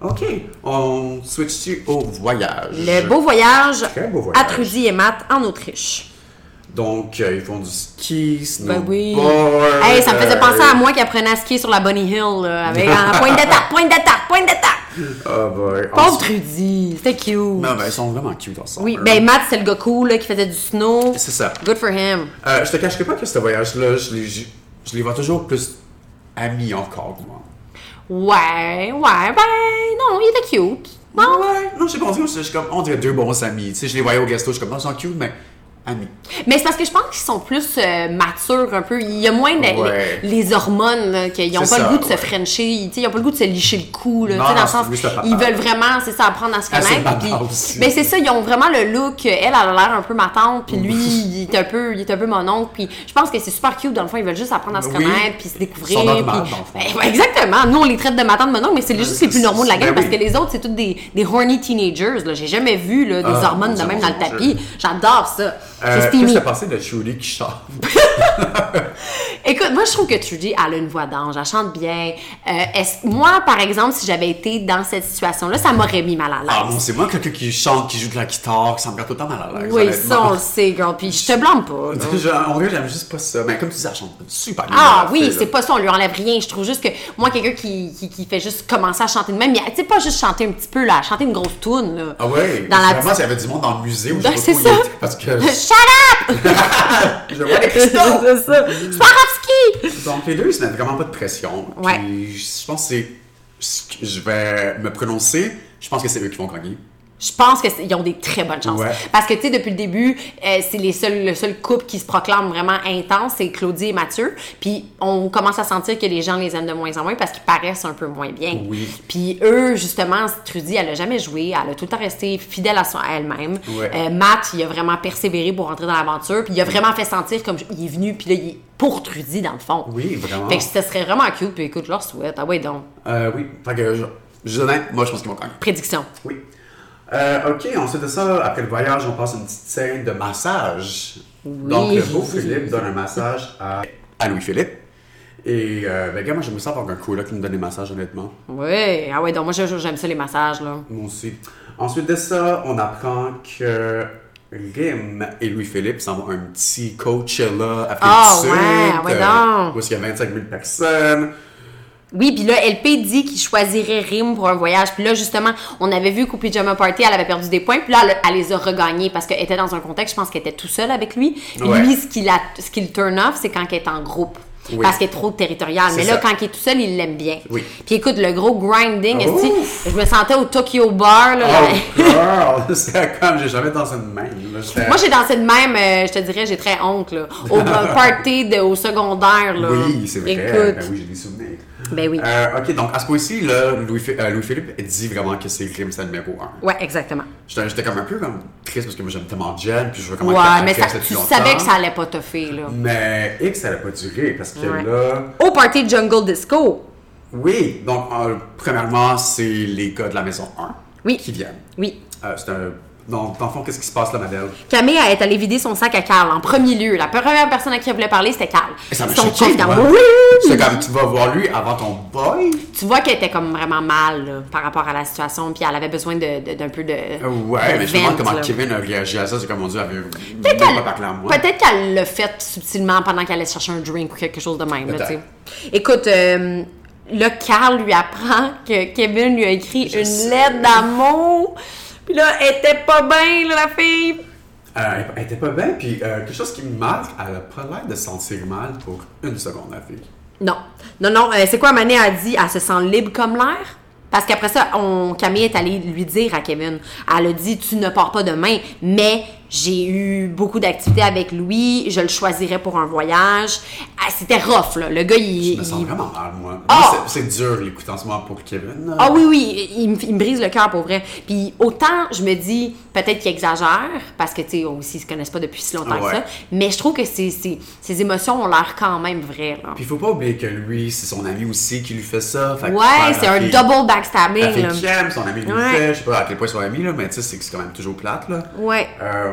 [SPEAKER 3] OK. On switch au voyage.
[SPEAKER 4] Le beau voyage,
[SPEAKER 3] Très beau voyage.
[SPEAKER 4] à Trudy et Matt en Autriche.
[SPEAKER 3] Donc, euh, ils font du ski,
[SPEAKER 4] Ben
[SPEAKER 3] snowboard.
[SPEAKER 4] Bah Hey, ça me faisait
[SPEAKER 3] euh,
[SPEAKER 4] penser à moi qui apprenais à skier sur la Bunny Hill, là, avec un point d'attaque, point d'attaque, point d'attaque.
[SPEAKER 3] Ah, boy.
[SPEAKER 4] Pauvre
[SPEAKER 3] Ensuite-
[SPEAKER 4] Trudy, c'était cute.
[SPEAKER 3] Non, ben, ils sont vraiment cute ensemble. hein.
[SPEAKER 4] Oui, ben Matt, c'est le gars cool là, qui faisait du snow.
[SPEAKER 3] C'est ça.
[SPEAKER 4] Good for him.
[SPEAKER 3] Euh, je te cacherai pas que ce voyage-là, je les, je, je les vois toujours plus amis encore, moi.
[SPEAKER 4] Ouais, ouais, ben non, il était cute. Non?
[SPEAKER 3] Ouais, non, je sais pas, on dirait, je suis comme, on dirait deux bons amis. Tu sais, je les voyais au resto, je suis comme, non, ils sont cute, mais amis.
[SPEAKER 4] Mais c'est parce que je pense qu'ils sont plus euh, matures un peu. Il y a moins de-
[SPEAKER 3] Ouais.
[SPEAKER 4] les, les hormones, là, qu'ils n'ont pas
[SPEAKER 3] C'est ça,
[SPEAKER 4] le goût de
[SPEAKER 3] ouais.
[SPEAKER 4] se frencher, ils- tu sais, ils n'ont pas le goût de se licher le cou. Là, tu
[SPEAKER 3] Non,
[SPEAKER 4] sais,
[SPEAKER 3] non,
[SPEAKER 4] dans le
[SPEAKER 3] c'est-
[SPEAKER 4] sens,
[SPEAKER 3] oui, c'est pas
[SPEAKER 4] ils
[SPEAKER 3] grave.
[SPEAKER 4] veulent vraiment, c'est ça, apprendre à se
[SPEAKER 3] Ah, c'est
[SPEAKER 4] connaître.
[SPEAKER 3] pas
[SPEAKER 4] puis-
[SPEAKER 3] grave aussi.
[SPEAKER 4] Mais c'est ça, ils ont vraiment le look. Elle, elle a l'air un peu ma tante, puis lui,
[SPEAKER 3] Mm.
[SPEAKER 4] il est un peu, il est un peu mon oncle. Puis je pense que c'est super cute. Dans le fond, ils veulent juste apprendre à se
[SPEAKER 3] Oui.
[SPEAKER 4] connaître, puis se découvrir.
[SPEAKER 3] Ils sont normales,
[SPEAKER 4] puis-
[SPEAKER 3] dans le fond.
[SPEAKER 4] Ben, ouais, exactement. Nous, on les traite de ma tante, mon oncle, mais c'est les- juste les plus normaux de la
[SPEAKER 3] Ben
[SPEAKER 4] gang parce
[SPEAKER 3] oui.
[SPEAKER 4] que les autres, c'est tous des, des horny teenagers. là. J'ai jamais vu là, des
[SPEAKER 3] Ah,
[SPEAKER 4] hormones
[SPEAKER 3] mon
[SPEAKER 4] de
[SPEAKER 3] Dieu,
[SPEAKER 4] même
[SPEAKER 3] mon
[SPEAKER 4] dans le
[SPEAKER 3] Dieu.
[SPEAKER 4] tapis. J'adore ça.
[SPEAKER 3] Euh,
[SPEAKER 4] C'est
[SPEAKER 3] Qu'est-ce
[SPEAKER 4] steamy.
[SPEAKER 3] qui passé de Shuri qui chante?
[SPEAKER 4] Écoute, moi, je trouve que Trudy, elle a une voix d'ange, elle chante bien. Euh, est-ce- moi, par exemple, si j'avais été dans cette situation-là, ça m'aurait mis mal à l'aise.
[SPEAKER 3] Ah non, c'est moi quelqu'un qui chante, qui joue de la guitare, qui semble tout le temps mal à l'aise.
[SPEAKER 4] oui,
[SPEAKER 3] Ah, honnêtement.
[SPEAKER 4] ça, on le sait, girl. Puis je te blâme pas. là.
[SPEAKER 3] Je- en vrai, j'aime juste pas ça. Mais comme tu dis, elle chante super bien.
[SPEAKER 4] Ah
[SPEAKER 3] la
[SPEAKER 4] oui,
[SPEAKER 3] fille,
[SPEAKER 4] c'est
[SPEAKER 3] là.
[SPEAKER 4] pas ça, on lui enlève rien. Je trouve juste que moi, quelqu'un qui, qui, qui fait juste commencer à chanter de même, mais tu sais, pas juste chanter un petit peu, là, chanter une grosse toune, là.
[SPEAKER 3] Ah ouais?
[SPEAKER 4] Dans la
[SPEAKER 3] Vraiment, s'il y avait du monde dans le musée ou je sais
[SPEAKER 4] Ben,
[SPEAKER 3] pas
[SPEAKER 4] c'est
[SPEAKER 3] trop où il
[SPEAKER 4] ça.
[SPEAKER 3] était, Parce que
[SPEAKER 4] Shut up!
[SPEAKER 3] je vois les
[SPEAKER 4] c'est
[SPEAKER 3] cristaux.
[SPEAKER 4] ça. Swarovski!
[SPEAKER 3] Donc, les deux, ils n'avaient vraiment pas de pression.
[SPEAKER 4] Ouais.
[SPEAKER 3] Puis, je pense que c'est. ce que Je vais me prononcer. Je pense que c'est eux qui vont gagner.
[SPEAKER 4] Je pense qu'ils ont des très bonnes chances.
[SPEAKER 3] Ouais.
[SPEAKER 4] Parce que, tu sais, depuis le début, euh, c'est les seuls, le seul couple qui se proclame vraiment intense, c'est Claudie et Mathieu. Puis, on commence à sentir que les gens les aiment de moins en moins parce qu'ils paraissent un peu moins bien.
[SPEAKER 3] Oui.
[SPEAKER 4] Puis, eux, justement, Trudy, elle a jamais joué, elle a tout le temps resté fidèle à, son- à elle-même.
[SPEAKER 3] Ouais.
[SPEAKER 4] Euh, Matt, il a vraiment persévéré pour rentrer dans l'aventure. Puis, il a vraiment fait sentir comme il est venu, puis là, il est pour Trudy, dans le fond.
[SPEAKER 3] Oui, vraiment.
[SPEAKER 4] Fait que ce serait vraiment cute. Puis, écoute, je leur souhaite. Ah ouais, donc,
[SPEAKER 3] Euh, oui. Fait que, je, je suis honnête, moi, je pense qu'ils vont gagner.
[SPEAKER 4] prédiction.
[SPEAKER 3] Oui. Euh, OK, ensuite de ça, après le voyage, on passe une petite scène de massage. Donc, le beau Philippe donne un massage à, à Louis-Philippe. Et, euh, ben, gars, moi, j'aimerais ça avoir un coloc qui me donne des massages, honnêtement.
[SPEAKER 4] Ouais, ah ouais, donc, moi, je- j'aime ça, les massages, là.
[SPEAKER 3] Moi aussi. Ensuite de ça, on apprend que Rim et Louis-Philippe s'en vont à un petit Coachella Afrique
[SPEAKER 4] Ah,
[SPEAKER 3] du Sud. euh,
[SPEAKER 4] ouais, ouais donc.
[SPEAKER 3] Où est-ce qu'il y a 25 000 personnes.
[SPEAKER 4] Oui, puis là, LP dit qu'il choisirait Rime pour un voyage. Puis là, justement, on avait vu qu'au Pyjama Party, elle avait perdu des points. Puis là, elle, elle les a regagnés parce qu'elle était dans un contexte, je pense qu'elle était tout seule avec lui. Puis
[SPEAKER 3] Ouais.
[SPEAKER 4] lui, ce qu'il ce qu'il turn off, c'est quand elle est en groupe.
[SPEAKER 3] Oui.
[SPEAKER 4] Parce qu'elle est trop territoriale.
[SPEAKER 3] C'est
[SPEAKER 4] Mais là,
[SPEAKER 3] ça.
[SPEAKER 4] quand il est tout seul, il l'aime bien.
[SPEAKER 3] Oui.
[SPEAKER 4] Puis écoute, le gros grinding,
[SPEAKER 3] Ouf!
[SPEAKER 4] esti, je me sentais au Tokyo Bar. Là,
[SPEAKER 3] Oh, girl! C'était comme, j'ai jamais dansé de même. là. J'étais-
[SPEAKER 4] Moi, j'ai dansé de même, euh, je te dirais, j'ai très honte, là, au euh, party de- au secondaire. Là.
[SPEAKER 3] Oui, c'est vrai.
[SPEAKER 4] Écoute,
[SPEAKER 3] Ben oui, j'ai des souvenirs.
[SPEAKER 4] Ben oui.
[SPEAKER 3] Euh, OK, donc à ce point-ci, là, Louis- euh, Louis-Philippe dit vraiment que c'est Grim, c'est le numéro 1.
[SPEAKER 4] ouais, exactement.
[SPEAKER 3] J'étais j'étais comme un peu comme triste parce que moi, j'aime tellement Jen, puis je veux comment
[SPEAKER 4] Ouais,
[SPEAKER 3] qu'elle
[SPEAKER 4] mais
[SPEAKER 3] reste
[SPEAKER 4] ça,
[SPEAKER 3] depuis
[SPEAKER 4] tu
[SPEAKER 3] longtemps.
[SPEAKER 4] savais que ça allait pas te faire, là.
[SPEAKER 3] Mais X, ça n'a pas duré parce que
[SPEAKER 4] Ouais.
[SPEAKER 3] là...
[SPEAKER 4] Au party Jungle Disco.
[SPEAKER 3] Oui, donc euh, premièrement, c'est les gars de la maison 1
[SPEAKER 4] Oui.
[SPEAKER 3] qui viennent.
[SPEAKER 4] Oui.
[SPEAKER 3] Euh, c'est un... Donc, dans le fond, qu'est-ce qui se passe là, ma belle?
[SPEAKER 4] Camille elle est allée vider son sac à Carl en premier lieu. La première personne à qui elle voulait parler, c'était Carl.
[SPEAKER 3] Et ça m'a
[SPEAKER 4] Son
[SPEAKER 3] choqué,
[SPEAKER 4] chef dans-
[SPEAKER 3] moi. C'est
[SPEAKER 4] Oui!
[SPEAKER 3] comme, tu vas voir lui avant ton boy?
[SPEAKER 4] Tu vois qu'elle était comme vraiment mal là, par rapport à la situation, puis elle avait besoin de- de- d'un peu de.
[SPEAKER 3] Euh, Ouais,
[SPEAKER 4] de
[SPEAKER 3] mais je me demande
[SPEAKER 4] vent,
[SPEAKER 3] comment
[SPEAKER 4] là.
[SPEAKER 3] Kevin a réagi à ça. C'est comme, mon Dieu, elle veut
[SPEAKER 4] Peut-être
[SPEAKER 3] même pas
[SPEAKER 4] qu'elle-
[SPEAKER 3] parler à moi.
[SPEAKER 4] Peut-être qu'elle l'a fait subtilement pendant qu'elle allait chercher un drink ou quelque chose de même. là, tu sais.
[SPEAKER 3] Peut-être.
[SPEAKER 4] Écoute, euh, là, Carl lui apprend que Kevin lui a écrit une
[SPEAKER 3] sais.
[SPEAKER 4] lettre d'amour. Puis là, elle était pas bien, là, la fille.
[SPEAKER 3] Euh, elle était pas bien, puis euh, quelque chose qui me marque, elle a pas l'air de se sentir mal pour une seconde, la fille.
[SPEAKER 4] Non. Non, non. euh, c'est quoi, Mané a dit, elle se sent libre comme l'air? Parce qu'après ça, on, Camille est allée lui dire à Kevin. Elle a dit, tu ne pars pas demain, mais j'ai eu beaucoup d'activités avec lui, je le choisirais pour un voyage. Ah, C'était rough, là. Le gars, il...
[SPEAKER 3] Je me sens
[SPEAKER 4] il-
[SPEAKER 3] vraiment mal, moi.
[SPEAKER 4] Ah!
[SPEAKER 3] Moi, c'est c'est dur, l'écoute en ce moment pour Kevin.
[SPEAKER 4] Ah oui, oui, il me, il me brise le cœur pour vrai. Puis autant je me dis, peut-être qu'il exagère, parce que, tu sais, aussi, ils se connaissent pas depuis si longtemps
[SPEAKER 3] Ouais.
[SPEAKER 4] que ça, mais je trouve que ses, ses, ses émotions ont l'air quand même vraies. là.
[SPEAKER 3] Puis faut pas oublier que lui, c'est son ami aussi qui lui fait ça. fait que faire
[SPEAKER 4] ouais,
[SPEAKER 3] la
[SPEAKER 4] c'est un
[SPEAKER 3] fille-
[SPEAKER 4] double
[SPEAKER 3] La
[SPEAKER 4] backstabbing.
[SPEAKER 3] fille
[SPEAKER 4] là.
[SPEAKER 3] qui aime, son ami lui
[SPEAKER 4] Ouais.
[SPEAKER 3] fait. Je sais pas à quel point ils sont amis, là, mais tu sais, c'est que c'est quand même toujours plate, là.
[SPEAKER 4] Ouais.
[SPEAKER 3] Euh,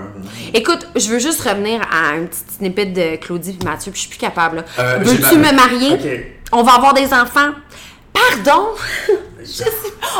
[SPEAKER 4] Écoute, je veux juste revenir à un petit snippet de Claudie puis Mathieu, puis je suis plus capable. là.
[SPEAKER 3] Euh, j'ai
[SPEAKER 4] Veux-tu
[SPEAKER 3] ma-
[SPEAKER 4] me marier?
[SPEAKER 3] Ok.
[SPEAKER 4] On va avoir des enfants. Pardon? Je sais-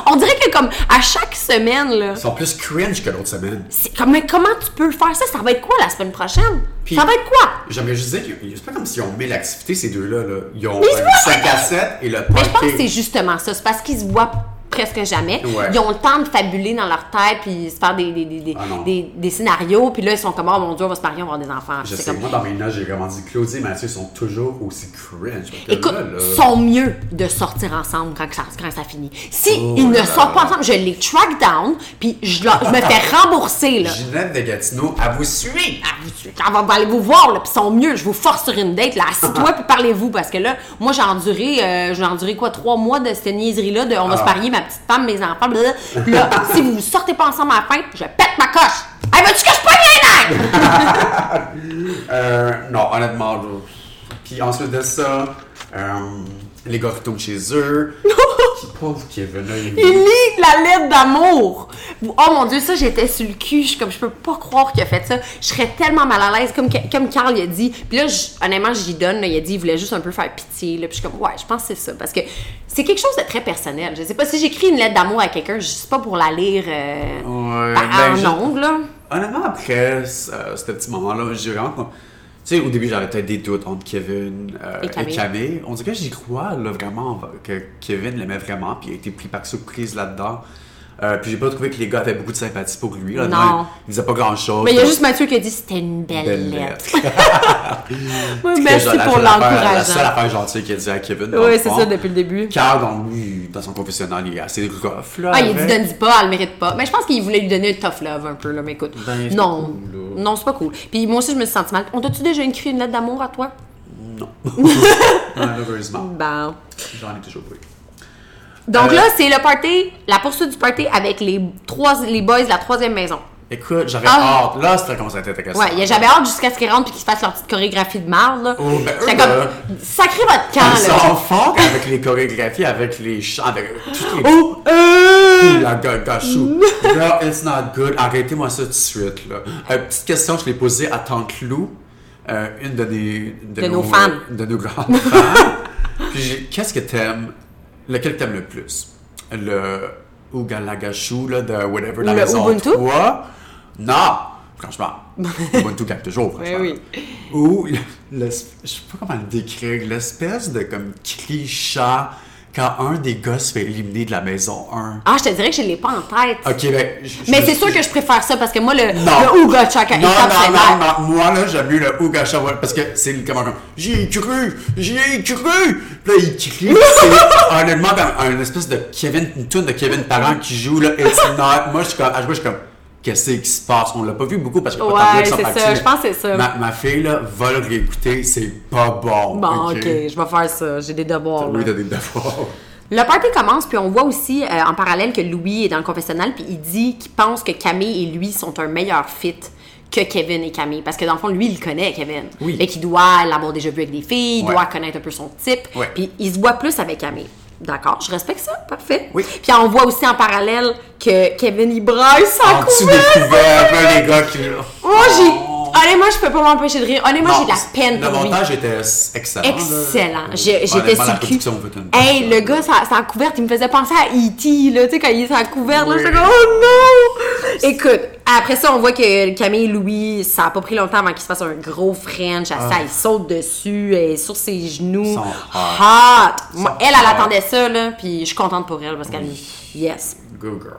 [SPEAKER 4] On dirait que comme à chaque semaine, là,
[SPEAKER 3] ils sont plus cringe que l'autre semaine.
[SPEAKER 4] c'est comme, mais comment tu peux faire ça? Ça va être quoi la semaine prochaine?
[SPEAKER 3] Puis-
[SPEAKER 4] ça va être quoi?
[SPEAKER 3] J'aimerais juste dire que c'est pas comme si on met l'activité, ces deux-là. Là. Ils ont
[SPEAKER 4] Mais
[SPEAKER 3] un
[SPEAKER 4] ils se
[SPEAKER 3] 5 à 7 et le
[SPEAKER 4] Mais je pense
[SPEAKER 3] party.
[SPEAKER 4] que c'est justement ça. C'est parce qu'ils se voient presque jamais.
[SPEAKER 3] Ouais.
[SPEAKER 4] Ils ont le temps de fabuler dans leur tête puis se faire des, des, des, des-
[SPEAKER 3] Ah non.
[SPEAKER 4] des- des scénarios. Puis là, ils sont comme, oh mon Dieu, on va se marier, on va avoir des enfants.
[SPEAKER 3] Je
[SPEAKER 4] C'est
[SPEAKER 3] sais,
[SPEAKER 4] comme-
[SPEAKER 3] moi, dans mes notes, j'ai vraiment dit Claudie et Mathieu sont toujours aussi cringe. Fait que
[SPEAKER 4] Écoute,
[SPEAKER 3] là, là,
[SPEAKER 4] sont mieux de sortir ensemble quand ça, quand ça finit. Si
[SPEAKER 3] Oh
[SPEAKER 4] ils ne
[SPEAKER 3] là là.
[SPEAKER 4] sortent pas ensemble, je les track down, puis je, leur- je me fais rembourser, là.
[SPEAKER 3] Ginette de Gatineau, elle vous suit!
[SPEAKER 4] Ah, vous quand on va aller vous voir, là, puis ils sont mieux, je vous force sur une date, là, assis-toi, puis parlez-vous, parce que là, moi, j'ai enduré, euh, j'ai enduré quoi, trois mois de cette niaiserie-là, de on va se
[SPEAKER 3] Ah.
[SPEAKER 4] parier, ma petite femme, mes enfants, blablabla. Puis là, si vous vous sortez pas ensemble à la fin, je pète ma coche. Hey, veux-tu que je pogne les nerfs?
[SPEAKER 3] Euh, non, honnêtement, je- Puis ensuite de ça, euh, les gars retournent chez eux. Puis pauvre Kevin, là, il-
[SPEAKER 4] Il lit la lettre d'amour. Oh mon dieu, ça j'étais sur le cul. Je suis comme je peux pas croire qu'il a fait ça. Je serais tellement mal à l'aise comme que- comme Carl il a dit. Puis là j- honnêtement, j'y donne, là, il a dit il voulait juste un peu faire pitié là. Puis je suis comme ouais, je pense que c'est ça parce que c'est quelque chose de très personnel. Je sais pas si j'écris une lettre d'amour à quelqu'un, je sais pas pour la lire euh,
[SPEAKER 3] Ouais,
[SPEAKER 4] à- à
[SPEAKER 3] ben,
[SPEAKER 4] un
[SPEAKER 3] je-
[SPEAKER 4] ongle. là.
[SPEAKER 3] Honnêtement, après ce, euh, ce petit moment-là, j'ai vraiment. com- Tu sais, au début, j'avais peut-être des doutes entre Kevin euh,
[SPEAKER 4] Et Camille.
[SPEAKER 3] On dirait que j'y crois, là, vraiment, que Kevin l'aimait vraiment, puis il a été pris par surprise là-dedans. Euh, puis j'ai pas trouvé que les gars avaient beaucoup de sympathie pour lui. Là,
[SPEAKER 4] Non.
[SPEAKER 3] Il disait pas grand-chose.
[SPEAKER 4] Mais il y a juste Mathieu qui a dit c'était une belle,
[SPEAKER 3] Belle
[SPEAKER 4] lettre.
[SPEAKER 3] lettre.
[SPEAKER 4] Ouais,
[SPEAKER 3] Que
[SPEAKER 4] Merci
[SPEAKER 3] genre, la
[SPEAKER 4] pour
[SPEAKER 3] seule affaire- La seule
[SPEAKER 4] l'encouragement.
[SPEAKER 3] affaire gentille qu'il a dit à Kevin. dans
[SPEAKER 4] Oui,
[SPEAKER 3] le
[SPEAKER 4] c'est
[SPEAKER 3] fond.
[SPEAKER 4] ça depuis le début.
[SPEAKER 3] Car dans, lui, dans son confessionnal, il est assez rough. Là,
[SPEAKER 4] Ah, il a dit
[SPEAKER 3] avec.
[SPEAKER 4] donne pas, elle le mérite pas. Mais je pense qu'il voulait lui donner un tough love un peu, là. Mais écoute,
[SPEAKER 3] Ben, c'est
[SPEAKER 4] non.
[SPEAKER 3] cool, là.
[SPEAKER 4] non, c'est pas cool. Puis moi aussi, je me suis sentie mal. On t'a-tu déjà écrit une lettre d'amour à toi?
[SPEAKER 3] Malheureusement,
[SPEAKER 4] Ben.
[SPEAKER 3] j'en ai toujours pris.
[SPEAKER 4] Donc
[SPEAKER 3] Euh,
[SPEAKER 4] là, c'est le party, la poursuite du party avec les trois, les boys de la troisième maison.
[SPEAKER 3] Écoute, j'avais
[SPEAKER 4] Ah.
[SPEAKER 3] hâte. Là, c'était comme ça intéressant.
[SPEAKER 4] Ouais, y a- j'avais hâte jusqu'à ce qu'ils rentrent puis qu'ils se fassent leur petite chorégraphie de marde, là.
[SPEAKER 3] Oh, ben, eux,
[SPEAKER 4] J'étais
[SPEAKER 3] là.
[SPEAKER 4] comme, sacré votre
[SPEAKER 3] Ils
[SPEAKER 4] camp, là.
[SPEAKER 3] sont forts avec les chorégraphies, avec les chants, avec toutes les...
[SPEAKER 4] Oh, euh,
[SPEAKER 3] La gueule gâchou.
[SPEAKER 4] Mmh.
[SPEAKER 3] Girl, it's not good. Arrêtez-moi ça tout de suite. Là. Euh, petite question, je l'ai posée à Tante Lou, euh, une de, des-
[SPEAKER 4] De nos fans.
[SPEAKER 3] De nos grandes fans. Puis j'ai- qu'est-ce que t'aimes, lequel t'aimes le plus? Le Ougalagachou là, de Whatever la
[SPEAKER 4] Le
[SPEAKER 3] maison
[SPEAKER 4] Ubuntu?
[SPEAKER 3] 3? Non! Franchement, Ubuntu gagne toujours, franchement.
[SPEAKER 4] Ben oui.
[SPEAKER 3] Ou, le- le- je sais pas comment le décrire, l'espèce de comme cri-chat quand un des gars se fait éliminer de la maison 1.
[SPEAKER 4] Ah, je te dirais que je l'ai pas en tête.
[SPEAKER 3] Ok, ben. je-
[SPEAKER 4] Mais
[SPEAKER 3] je-
[SPEAKER 4] c'est sûr que je préfère ça parce que moi, le,
[SPEAKER 3] Non.
[SPEAKER 4] le Ouga Chaka, il
[SPEAKER 3] non,
[SPEAKER 4] tape ses
[SPEAKER 3] non,
[SPEAKER 4] nerfs.
[SPEAKER 3] non, non, moi là, j'aime mieux le Ouga Chawal parce que c'est comment comme. J'y ai cru! J'y ai cru! Puis là, il crie. C'est honnêtement comme un espèce de Kevin, une tune de Kevin Parent qui joue là. It's not. Moi, je suis comme. À chaque fois, je suis comme. Qu'est-ce qui se passe? On l'a pas vu beaucoup parce que
[SPEAKER 4] Ouais, c'est ça, je pense que c'est ça.
[SPEAKER 3] Ma, ma fille, là, va le réécouter, c'est pas bon.
[SPEAKER 4] Bon, ok, je vais faire ça. J'ai des devoirs.
[SPEAKER 3] Oui,
[SPEAKER 4] là.
[SPEAKER 3] t'as des devoirs.
[SPEAKER 4] Le party commence, puis on voit aussi euh, en parallèle que Louis est dans le confessionnal, puis il dit qu'il pense que Camille et lui sont un meilleur fit que Kevin et Camille. Parce que dans le fond, lui, il connaît Kevin.
[SPEAKER 3] Oui.
[SPEAKER 4] Et qu'il doit l'avoir déjà vu avec des filles, il
[SPEAKER 3] Ouais.
[SPEAKER 4] doit connaître un peu son type.
[SPEAKER 3] Ouais.
[SPEAKER 4] Puis il se voit plus avec Camille. D'accord, je respecte ça, parfait.
[SPEAKER 3] Oui.
[SPEAKER 4] Puis on voit aussi en parallèle que Kevin, il braille sans
[SPEAKER 3] En dessous des couverts, là, Oh. les gars qui.
[SPEAKER 4] Moi, j'ai. Ah, Honnêtement, je peux pas m'empêcher de rire. Honnêtement, j'ai de la peine
[SPEAKER 3] Le
[SPEAKER 4] pour lui.
[SPEAKER 3] montage était excellent. là.
[SPEAKER 4] Excellent.
[SPEAKER 3] Euh,
[SPEAKER 4] J'ai- J'étais
[SPEAKER 3] honnêtement, la
[SPEAKER 4] sur le cul.
[SPEAKER 3] production veut une personne.
[SPEAKER 4] Hey, le gars, sa, sa couverte, il me faisait penser à E.T., là, tu sais, quand il est sa couverte, là,
[SPEAKER 3] Oui.
[SPEAKER 4] j'étais comme, oh non! Écoute, après ça, on voit que Camille et Louis, ça a pas pris longtemps avant qu'il se fasse un gros French à ça. Il saute dessus, elle est sur ses genoux.
[SPEAKER 3] Ah. Ils sont hot.
[SPEAKER 4] Hot! Moi,
[SPEAKER 3] Ils
[SPEAKER 4] elle,
[SPEAKER 3] sont
[SPEAKER 4] elle
[SPEAKER 3] hot.
[SPEAKER 4] attendait ça, là, puis je suis contente pour elle parce qu'elle yes.
[SPEAKER 3] Good girl.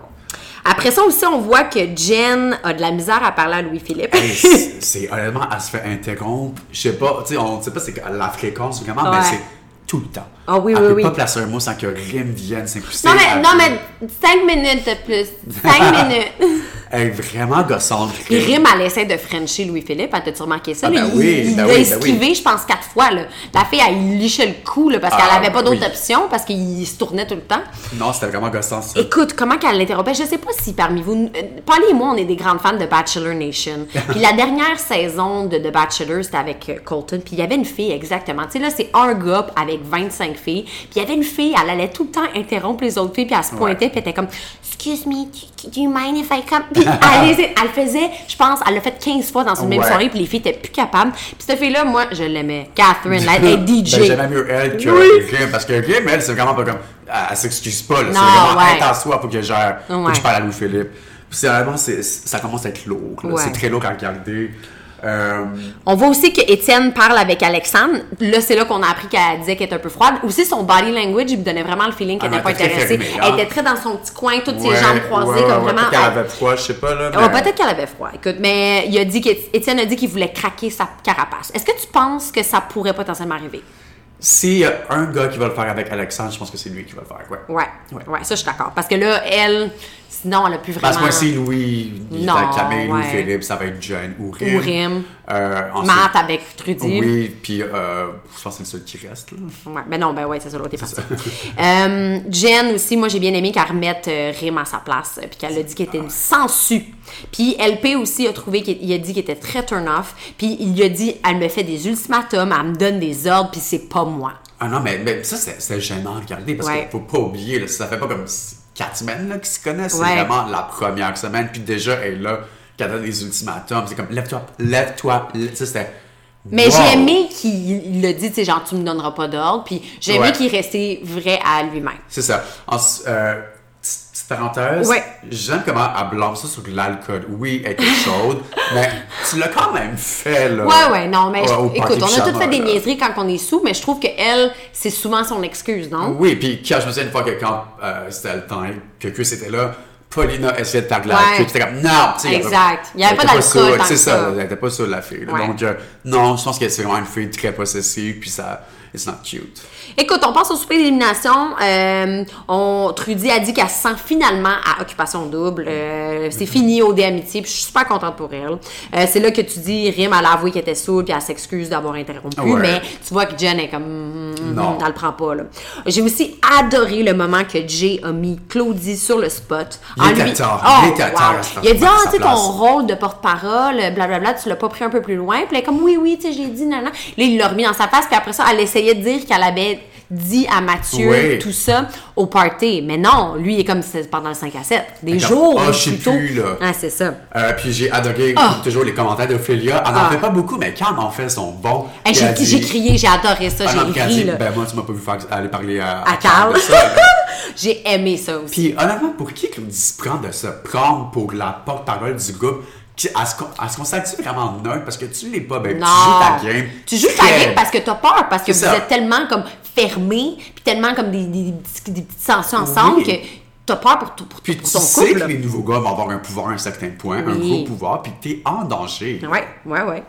[SPEAKER 4] Après ça aussi, on voit que Jen a de la misère à parler à Louis-Philippe.
[SPEAKER 3] Hey, c'est- c'est honnêtement, elle se fait interrompre. Je sais pas, tu sais, on sait pas c'est la fréquence vraiment,
[SPEAKER 4] Ouais.
[SPEAKER 3] mais c'est tout le temps.
[SPEAKER 4] Ah oui,
[SPEAKER 3] elle
[SPEAKER 4] oui,
[SPEAKER 3] peut
[SPEAKER 4] oui.
[SPEAKER 3] pas placer un mot sans que Rim vienne s'incruster.
[SPEAKER 4] non, mais,
[SPEAKER 3] Elle-
[SPEAKER 4] non, mais 5 minutes de plus. 5 minutes.
[SPEAKER 3] Elle est vraiment gossante.
[SPEAKER 4] Puis
[SPEAKER 3] Rim.
[SPEAKER 4] Rim, elle essaie de frencher Louis-Philippe, elle t'a-tu remarqué ça?
[SPEAKER 3] Ah,
[SPEAKER 4] là?
[SPEAKER 3] ben
[SPEAKER 4] il
[SPEAKER 3] oui,
[SPEAKER 4] il
[SPEAKER 3] ben
[SPEAKER 4] l'a
[SPEAKER 3] oui, ben
[SPEAKER 4] esquivé, je pense, quatre fois. Là. La fille, elle lichait le cou là, parce
[SPEAKER 3] Ah,
[SPEAKER 4] qu'elle avait pas d'autre
[SPEAKER 3] oui.
[SPEAKER 4] option, parce qu'il se tournait tout le temps.
[SPEAKER 3] Non, c'était vraiment gossant ça.
[SPEAKER 4] Écoute, comment qu'elle l'interrompait, je sais pas si parmi vous... euh, Polly et moi, on est des grandes fans de Bachelor Nation. Puis la dernière saison de The Bachelor, c'était avec euh, Colton, puis il y avait une fille, exactement. Tu sais, là, c'est un gars avec 25 filles. Puis il y avait une fille, elle allait tout le temps interrompre les autres filles, puis elle se pointait, puis elle était comme « Excuse me, do- do you mind if I come? » Puis elle, les- elle faisait, je pense, elle l'a fait 15 fois dans une même
[SPEAKER 3] Ouais.
[SPEAKER 4] soirée, puis les filles étaient plus capables. Puis cette fille-là, moi, je l'aimais. Catherine, elle
[SPEAKER 3] Ben,
[SPEAKER 4] est DJ.
[SPEAKER 3] j'aimais mieux elle que
[SPEAKER 4] Oui.
[SPEAKER 3] Rim, parce que Rim, elle, c'est vraiment pas comme. Elle, elle s'excuse pas, là. C'est
[SPEAKER 4] Non,
[SPEAKER 3] vraiment
[SPEAKER 4] ouais.
[SPEAKER 3] être à soi, faut que je gère. Faut
[SPEAKER 4] Ouais.
[SPEAKER 3] que je parle à Louis-Philippe. Puis c'est vraiment, c'est- ça commence à être lourd, là.
[SPEAKER 4] Ouais.
[SPEAKER 3] C'est très lourd à regarder. Euh,
[SPEAKER 4] On voit aussi que Étienne parle avec Alexandre. Là, c'est là qu'on a appris qu'elle disait qu'elle était un peu froide. Aussi, son body language, il me donnait vraiment le feeling qu'elle
[SPEAKER 3] Ah,
[SPEAKER 4] n'était pas
[SPEAKER 3] elle était très
[SPEAKER 4] intéressée.
[SPEAKER 3] fermée, hein?
[SPEAKER 4] Elle était très dans son petit coin, toutes
[SPEAKER 3] ouais,
[SPEAKER 4] ses jambes croisées,
[SPEAKER 3] ouais, ouais,
[SPEAKER 4] comme
[SPEAKER 3] ouais,
[SPEAKER 4] vraiment.
[SPEAKER 3] peut-être qu'elle
[SPEAKER 4] elle-
[SPEAKER 3] avait froid, je sais pas, là.
[SPEAKER 4] Ouais,
[SPEAKER 3] mais-
[SPEAKER 4] Oh, Peut-être qu'elle avait froid, écoute. Mais il a dit qu'Étienne a dit qu'il voulait craquer sa carapace. Est-ce que tu penses que ça pourrait potentiellement arriver?
[SPEAKER 3] S'il y a un gars qui va le faire avec Alexandre, je pense que c'est lui qui va le faire. Ouais.
[SPEAKER 4] Ouais, ouais, ça, je suis d'accord. Parce que là, elle, Sinon, elle a plus
[SPEAKER 3] À
[SPEAKER 4] vraiment.
[SPEAKER 3] ce point-ci, Louis, il
[SPEAKER 4] Non,
[SPEAKER 3] est avec Camille, Louis
[SPEAKER 4] ouais.
[SPEAKER 3] Philippe, ça va être John ou Rim.
[SPEAKER 4] Ou Rim.
[SPEAKER 3] Euh, ensuite-
[SPEAKER 4] Matt avec Trudy.
[SPEAKER 3] Oui, puis euh, je pense que c'est le seul qui reste. Là.
[SPEAKER 4] Ouais, ben non, ben ouais, c'est ça, l'autre est parti. Euh, Jen aussi, moi j'ai bien aimé qu'elle remette euh, Rim à sa place, euh, puis qu'elle a dit qu'elle était une sangsue. Puis LP aussi a trouvé qu'il il a dit qu'il était très turn-off, puis il lui a dit elle me fait des ultimatums, elle me donne des ordres, puis c'est pas moi.
[SPEAKER 3] Ah non, mais, mais ça, c'est c'est gênant à regarder parce
[SPEAKER 4] Ouais.
[SPEAKER 3] qu'il faut pas oublier, là, ça fait pas comme s- quatre semaines là, qu'ils se connaissent,
[SPEAKER 4] Ouais.
[SPEAKER 3] c'est vraiment la première semaine, puis déjà, elle est là, qu'elle donne des ultimatums, c'est comme lève-toi, lève-toi, lève-toi. Tu sais, c'était.
[SPEAKER 4] Mais
[SPEAKER 3] Wow!
[SPEAKER 4] j'ai aimé qu'il le dit, tu sais, genre tu me donneras pas d'ordre, puis j'ai aimé
[SPEAKER 3] Ouais.
[SPEAKER 4] qu'il restait vrai à lui-même.
[SPEAKER 3] C'est ça. En, euh, petite petite parenthèse,
[SPEAKER 4] Ouais.
[SPEAKER 3] j'aime comment elle blâme ça sur de l'alcool. Oui, elle était chaude, mais tu l'as quand même fait, là.
[SPEAKER 4] Ouais, ouais, non, mais je-
[SPEAKER 3] au party
[SPEAKER 4] écoute, on a toutes
[SPEAKER 3] pyjama,
[SPEAKER 4] fait des
[SPEAKER 3] là.
[SPEAKER 4] niaiseries quand on est sous, mais je trouve que elle, c'est souvent son excuse, non?
[SPEAKER 3] Oui, puis quand je me souviens une fois que quand euh, c'était le temps que Chris était là, Paulina essayait de parler
[SPEAKER 4] Ouais.
[SPEAKER 3] avec Chris. C'était comme, non, tu sais. elle-
[SPEAKER 4] Exact. Il y avait
[SPEAKER 3] elle
[SPEAKER 4] pas
[SPEAKER 3] était
[SPEAKER 4] d'alcool
[SPEAKER 3] sûre,
[SPEAKER 4] tant
[SPEAKER 3] C'est
[SPEAKER 4] que ça.
[SPEAKER 3] ça, elle était pas sûre de la fille. là.
[SPEAKER 4] Ouais.
[SPEAKER 3] Donc, euh, non, je pense que c'est vraiment une fille très possessive, puis ça, it's not cute.
[SPEAKER 4] Écoute, on passe au souper d'élimination. Euh, on, Trudy a dit qu'elle se sent finalement à occupation double. Euh, c'est fini au dé amitié, puis je suis super contente pour elle. Euh, c'est là que tu dis, Rim, elle a avoué qu'elle était saoule, puis elle s'excuse d'avoir interrompu,
[SPEAKER 3] Ouais.
[SPEAKER 4] mais tu vois que Jen est comme, mm,
[SPEAKER 3] Non.
[SPEAKER 4] elle le prend pas. là. J'ai aussi adoré le moment que Jay a mis Claudie sur le spot.
[SPEAKER 3] Il
[SPEAKER 4] En
[SPEAKER 3] était
[SPEAKER 4] lui-
[SPEAKER 3] tard,
[SPEAKER 4] Oh,
[SPEAKER 3] il était
[SPEAKER 4] wow.
[SPEAKER 3] tard à se faire
[SPEAKER 4] Il a dit,
[SPEAKER 3] prendre
[SPEAKER 4] ah,
[SPEAKER 3] sa
[SPEAKER 4] tu sais, ton
[SPEAKER 3] place.
[SPEAKER 4] rôle de porte-parole, euh, blablabla, tu l'as pas pris un peu plus loin. Puis elle est comme, oui, oui, tu sais, j'ai dit, non, non. Là, il l'a remis dans sa face. Puis après ça, elle essayait de dire qu'elle avait dit à Mathieu
[SPEAKER 3] Oui.
[SPEAKER 4] tout ça au party. Mais non, lui, il est comme si c'était pendant le 5 à 7. Des
[SPEAKER 3] Comme,
[SPEAKER 4] jours
[SPEAKER 3] ah,
[SPEAKER 4] ou
[SPEAKER 3] je sais
[SPEAKER 4] plutôt.
[SPEAKER 3] plus, là.
[SPEAKER 4] Ah, c'est ça.
[SPEAKER 3] Euh, puis j'ai adoré
[SPEAKER 4] Ah.
[SPEAKER 3] toujours les commentaires d'Ophélia. Elle n'en
[SPEAKER 4] Ah.
[SPEAKER 3] fait pas beaucoup, mais quand elle en fait, ils sont bons.
[SPEAKER 4] Hey,
[SPEAKER 3] Puis elle
[SPEAKER 4] j'ai,
[SPEAKER 3] dit-
[SPEAKER 4] j'ai crié, j'ai adoré ça,
[SPEAKER 3] Ah non, puis
[SPEAKER 4] j'ai
[SPEAKER 3] elle
[SPEAKER 4] ri,
[SPEAKER 3] dit,
[SPEAKER 4] là.
[SPEAKER 3] ben moi, tu m'as pas vu faire- aller parler à,
[SPEAKER 4] À Carl.
[SPEAKER 3] de ça, là.
[SPEAKER 4] J'ai aimé ça aussi.
[SPEAKER 3] Puis honnêtement, pour qui Claudie se prend de se prendre pour la porte-parole du groupe? Qui- Elle se, con- elle se considère-tu vraiment neutre? Parce que tu l'es pas, ben
[SPEAKER 4] Non.
[SPEAKER 3] tu joues ta game.
[SPEAKER 4] Tu joues ta game parce que t'as peur, parce que vous
[SPEAKER 3] C'est ça.
[SPEAKER 4] êtes tellement comme fermés, puis tellement comme des, des, des petits- des petites tensions ensemble
[SPEAKER 3] Oui.
[SPEAKER 4] que t'as peur pour, tout- pour,
[SPEAKER 3] Puis
[SPEAKER 4] pour
[SPEAKER 3] tu
[SPEAKER 4] ton
[SPEAKER 3] sais
[SPEAKER 4] couple.
[SPEAKER 3] que les nouveaux gars vont avoir un pouvoir à un certain point, un
[SPEAKER 4] Oui.
[SPEAKER 3] gros pouvoir, puis t'es en danger.
[SPEAKER 4] Ouais, ouais, ouais.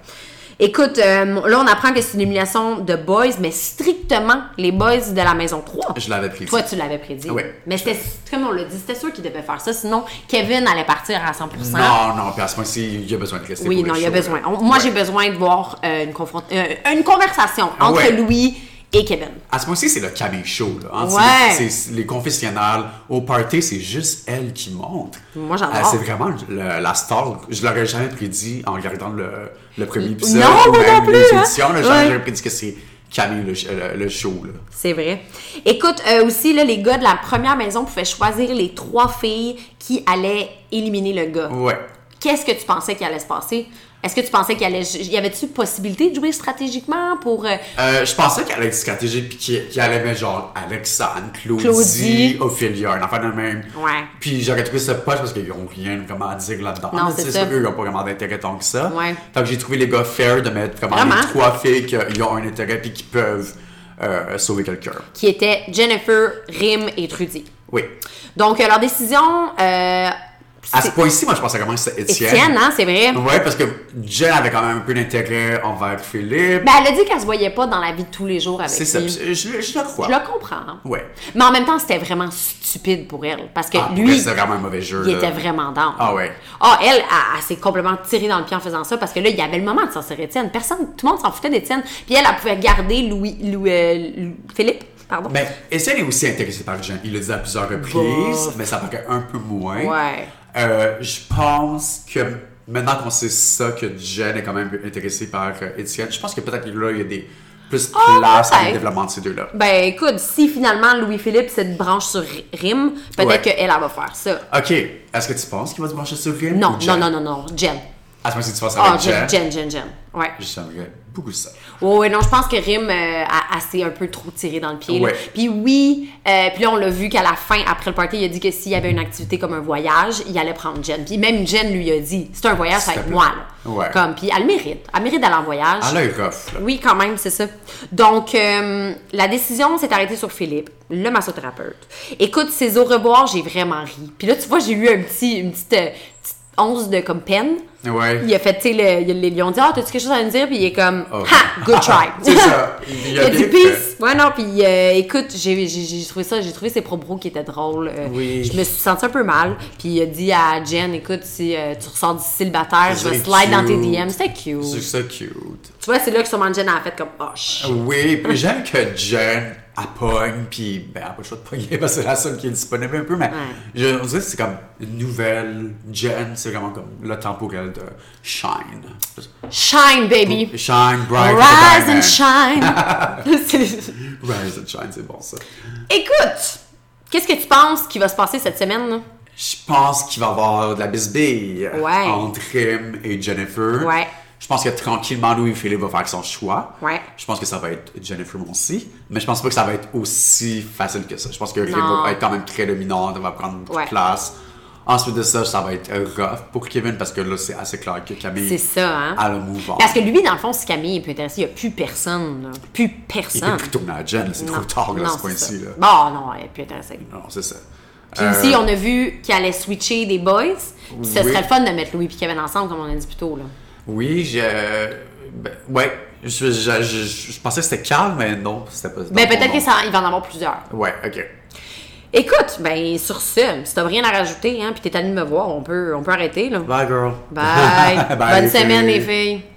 [SPEAKER 4] Écoute, euh, là, on apprend que c'est une élimination de boys, mais strictement les boys de la maison 3.
[SPEAKER 3] Je l'avais Ah pris.
[SPEAKER 4] Toi, tu l'avais prédit.
[SPEAKER 3] Oui.
[SPEAKER 4] Mais c'était, comme on l'a dit, c'était sûr qu'il devait faire ça. Sinon, Kevin allait partir à 100
[SPEAKER 3] Non, non, puis à ce point-ci, il y a besoin de rester
[SPEAKER 4] hein? Oui,
[SPEAKER 3] pour
[SPEAKER 4] non,
[SPEAKER 3] le
[SPEAKER 4] il y a
[SPEAKER 3] show, là.
[SPEAKER 4] besoin. On- moi,
[SPEAKER 3] Ouais. Ah
[SPEAKER 4] j'ai besoin de voir euh, une, confront- euh, une conversation entre
[SPEAKER 3] Ouais.
[SPEAKER 4] Louis et Kevin.
[SPEAKER 3] À ce moment-ci, c'est le Camille Show. Là, hein.
[SPEAKER 4] Ouais.
[SPEAKER 3] C'est- c'est les confessionnals. Au party, c'est juste elle qui monte.
[SPEAKER 4] Moi, j'adore.
[SPEAKER 3] c'est vraiment le- la star. Je l'aurais jamais prédit en regardant le, le premier épisode.
[SPEAKER 4] Non,
[SPEAKER 3] ou
[SPEAKER 4] moi
[SPEAKER 3] même
[SPEAKER 4] non plus,
[SPEAKER 3] les
[SPEAKER 4] hein.
[SPEAKER 3] auditions, là, j'aurais
[SPEAKER 4] Ouais.
[SPEAKER 3] jamais prédit que c'est Camille le, le- le show. Là.
[SPEAKER 4] C'est vrai. Écoute, euh, aussi, là, les gars de la première maison pouvaient choisir les trois filles qui allaient éliminer le gars.
[SPEAKER 3] Ouais.
[SPEAKER 4] Qu'est-ce que tu pensais qu'il allait se passer? Est-ce que tu pensais qu'il allait. Y avait-tu possibilité de jouer stratégiquement pour. euh,
[SPEAKER 3] Euh, je pensais qu'elle allait être stratégique puis qu'il qu'il allait mettre genre Alexandre, Claudie,
[SPEAKER 4] Claudie.
[SPEAKER 3] Ophélia, un enfant de même.
[SPEAKER 4] Ouais.
[SPEAKER 3] Puis j'aurais trouvé ça poche parce qu'ils n'ont rien vraiment à dire là-dedans.
[SPEAKER 4] Non,
[SPEAKER 3] là,
[SPEAKER 4] c'est
[SPEAKER 3] tu sais,
[SPEAKER 4] ça.
[SPEAKER 3] Eux, ils n'ont pas vraiment d'intérêt tant que ça.
[SPEAKER 4] Ouais.
[SPEAKER 3] Fait que j'ai trouvé les gars fair de mettre vraiment,
[SPEAKER 4] Vraiment?
[SPEAKER 3] les trois filles qui euh, ont un intérêt puis qui peuvent euh, sauver quelqu'un.
[SPEAKER 4] qui étaient Jennifer, Rim et Trudy.
[SPEAKER 3] Oui.
[SPEAKER 4] Donc, euh, leur décision. Euh,
[SPEAKER 3] À ce
[SPEAKER 4] c'est-
[SPEAKER 3] point-ci, moi, je pense que ça commence à Étienne.
[SPEAKER 4] Étienne, hein, c'est vrai.
[SPEAKER 3] Ouais, parce que Jen avait quand même un peu d'intérêt envers Philippe.
[SPEAKER 4] Ben, elle a dit qu'elle se voyait pas dans la vie de tous les jours avec
[SPEAKER 3] c'est ça.
[SPEAKER 4] lui.
[SPEAKER 3] Je, je- je le crois.
[SPEAKER 4] Je le comprends. hein.
[SPEAKER 3] Ouais.
[SPEAKER 4] Mais en même temps, c'était vraiment stupide pour elle. Parce que
[SPEAKER 3] Ah, pour elle,
[SPEAKER 4] lui,
[SPEAKER 3] c'est vraiment un mauvais jeu.
[SPEAKER 4] il
[SPEAKER 3] là.
[SPEAKER 4] était vraiment down.
[SPEAKER 3] Ah ouais.
[SPEAKER 4] Ah, elle, elle, elle s'est complètement tirée dans le pied en faisant ça parce que là, il y avait le moment de sortir Étienne. Personne, tout le monde s'en foutait d'Étienne. Puis elle, elle pouvait garder Louis, Louis, euh, Louis- Philippe, pardon.
[SPEAKER 3] Ben, Étienne est aussi intéressé par Jen. Il le dit à plusieurs reprises, mais ça paraît un peu moins.
[SPEAKER 4] Ouais.
[SPEAKER 3] Euh, je pense que maintenant qu'on sait ça, que Jen est quand même intéressée par euh, Étienne, je pense que peut-être que là, il y a des plus
[SPEAKER 4] Ah,
[SPEAKER 3] place à
[SPEAKER 4] peut-être.
[SPEAKER 3] le développement de ces deux-là.
[SPEAKER 4] Ben, écoute, si finalement Louis-Philippe se branche sur Rime, peut-être
[SPEAKER 3] Ouais.
[SPEAKER 4] qu'elle, elle va faire ça.
[SPEAKER 3] Ok, est-ce que tu penses qu'il va se brancher sur Rim?
[SPEAKER 4] Non,
[SPEAKER 3] ou Jen?
[SPEAKER 4] non, non, non, non, Jen.
[SPEAKER 3] À ce moment-ci, tu penses
[SPEAKER 4] Ah,
[SPEAKER 3] avec Jen?
[SPEAKER 4] Jen, Jen, Jen, Jen. Ouais.
[SPEAKER 3] J'aimerais beaucoup ça.
[SPEAKER 4] Ouais, ouais, non, je pense que Rim euh, a, a s'est un peu trop tiré dans le pied. là.
[SPEAKER 3] Ouais.
[SPEAKER 4] Puis oui, euh, puis là, on l'a vu qu'à la fin, après le party, il a dit que s'il y avait une activité comme un voyage, il allait prendre Jen. Puis même Jen lui a dit, c'est un voyage, ça va
[SPEAKER 3] S'il
[SPEAKER 4] être
[SPEAKER 3] te
[SPEAKER 4] moi, là.
[SPEAKER 3] plaît. Ouais.
[SPEAKER 4] Comme, puis elle le mérite. Elle mérite d'aller en voyage.
[SPEAKER 3] Ah là, il est rough, là.
[SPEAKER 4] Oui, quand même, c'est ça. Donc, euh, la décision s'est arrêtée sur Philippe, le massothérapeute. Écoute, ses au revoir, j'ai vraiment ri. Puis là, tu vois, j'ai eu un petit, une petite, euh, petite once de comme peine.
[SPEAKER 3] Ouais.
[SPEAKER 4] Il a fait, tu sais, le- il- les lions ont dit Ah, t'as-tu quelque chose à nous dire Puis il est comme
[SPEAKER 3] Oh.
[SPEAKER 4] Ha, good try.
[SPEAKER 3] C'est ça. Il
[SPEAKER 4] Il a dit
[SPEAKER 3] bien
[SPEAKER 4] peace. Ouais, non, puis euh, écoute, j'ai j'ai- j'ai trouvé ça, j'ai trouvé ses propos qui étaient drôles. euh,
[SPEAKER 3] Oui.
[SPEAKER 4] Je me suis sentie un peu mal. Puis il a dit à Jen, écoute, si euh, tu ressors d'ici célibataire, je vais
[SPEAKER 3] C'est
[SPEAKER 4] slide dans tes
[SPEAKER 3] cute.
[SPEAKER 4] DM. C'était cute.
[SPEAKER 3] C'est ça cute.
[SPEAKER 4] Tu vois, c'est là que sûrement Jen a fait comme Oh, shit.
[SPEAKER 3] Ah Oui, puis j'aime que Jen elle pogne, puis ben, elle a pas le choix de pogner parce que c'est la seule qui est disponible un peu, mais je, on dirait que c'est comme une nouvelle Jen, c'est vraiment comme le temps pour elle de shine.
[SPEAKER 4] Shine, baby.
[SPEAKER 3] Oh, Shine bright. like
[SPEAKER 4] Rise
[SPEAKER 3] a
[SPEAKER 4] and
[SPEAKER 3] hein.
[SPEAKER 4] shine. C'est-
[SPEAKER 3] diamond. Rise and shine, c'est bon ça.
[SPEAKER 4] écoute, qu'est-ce que tu penses qui va se passer cette semaine là?
[SPEAKER 3] Je pense qu'il va y avoir de la bisbille
[SPEAKER 4] Ouais.
[SPEAKER 3] entre Kim et Jennifer.
[SPEAKER 4] Ouais.
[SPEAKER 3] Je pense que tranquillement, Louis-Philippe va faire son choix.
[SPEAKER 4] Ouais.
[SPEAKER 3] Je pense que ça va être Jennifer Moncy, mais je pense pas que ça va être aussi facile que ça. Je pense que Kim
[SPEAKER 4] Non.
[SPEAKER 3] va être quand même très dominante, elle va prendre beaucoup
[SPEAKER 4] Ouais.
[SPEAKER 3] de place. Ensuite de ça, ça va être euh, rough pour Kevin parce que là, c'est assez clair que Camille
[SPEAKER 4] C'est ça, hein?
[SPEAKER 3] a le mouvement.
[SPEAKER 4] Parce que lui, dans le fond, si Camille est plus intéressée, il n'y a plus personne. là. Plus
[SPEAKER 3] Il peut
[SPEAKER 4] personne.
[SPEAKER 3] plus tourner à Jen, c'est trop tard là, à ce point-ci. là.
[SPEAKER 4] Bon, non, elle est plus intéressée.
[SPEAKER 3] Non, c'est ça.
[SPEAKER 4] Puis
[SPEAKER 3] Euh,
[SPEAKER 4] ici, on a vu qu'il allait switcher des boys. Puis ce
[SPEAKER 3] Oui.
[SPEAKER 4] serait le fun de mettre Louis et Kevin ensemble, comme on a dit plus tôt. Là.
[SPEAKER 3] Oui, je. ben, ouais, je, je, je- je- je pensais que c'était calme, mais non, c'était pas.
[SPEAKER 4] Mais
[SPEAKER 3] non,
[SPEAKER 4] Ben, peut-être
[SPEAKER 3] non.
[SPEAKER 4] qu'il va en avoir plusieurs.
[SPEAKER 3] Ouais, ok.
[SPEAKER 4] Écoute, ben sur ce, si t'as rien à rajouter, hein, puis t'es allé me voir, on peut, on peut arrêter. Là.
[SPEAKER 3] Bah. Bye, girl.
[SPEAKER 4] Bye. Bonne semaine,
[SPEAKER 3] filles.
[SPEAKER 4] les filles.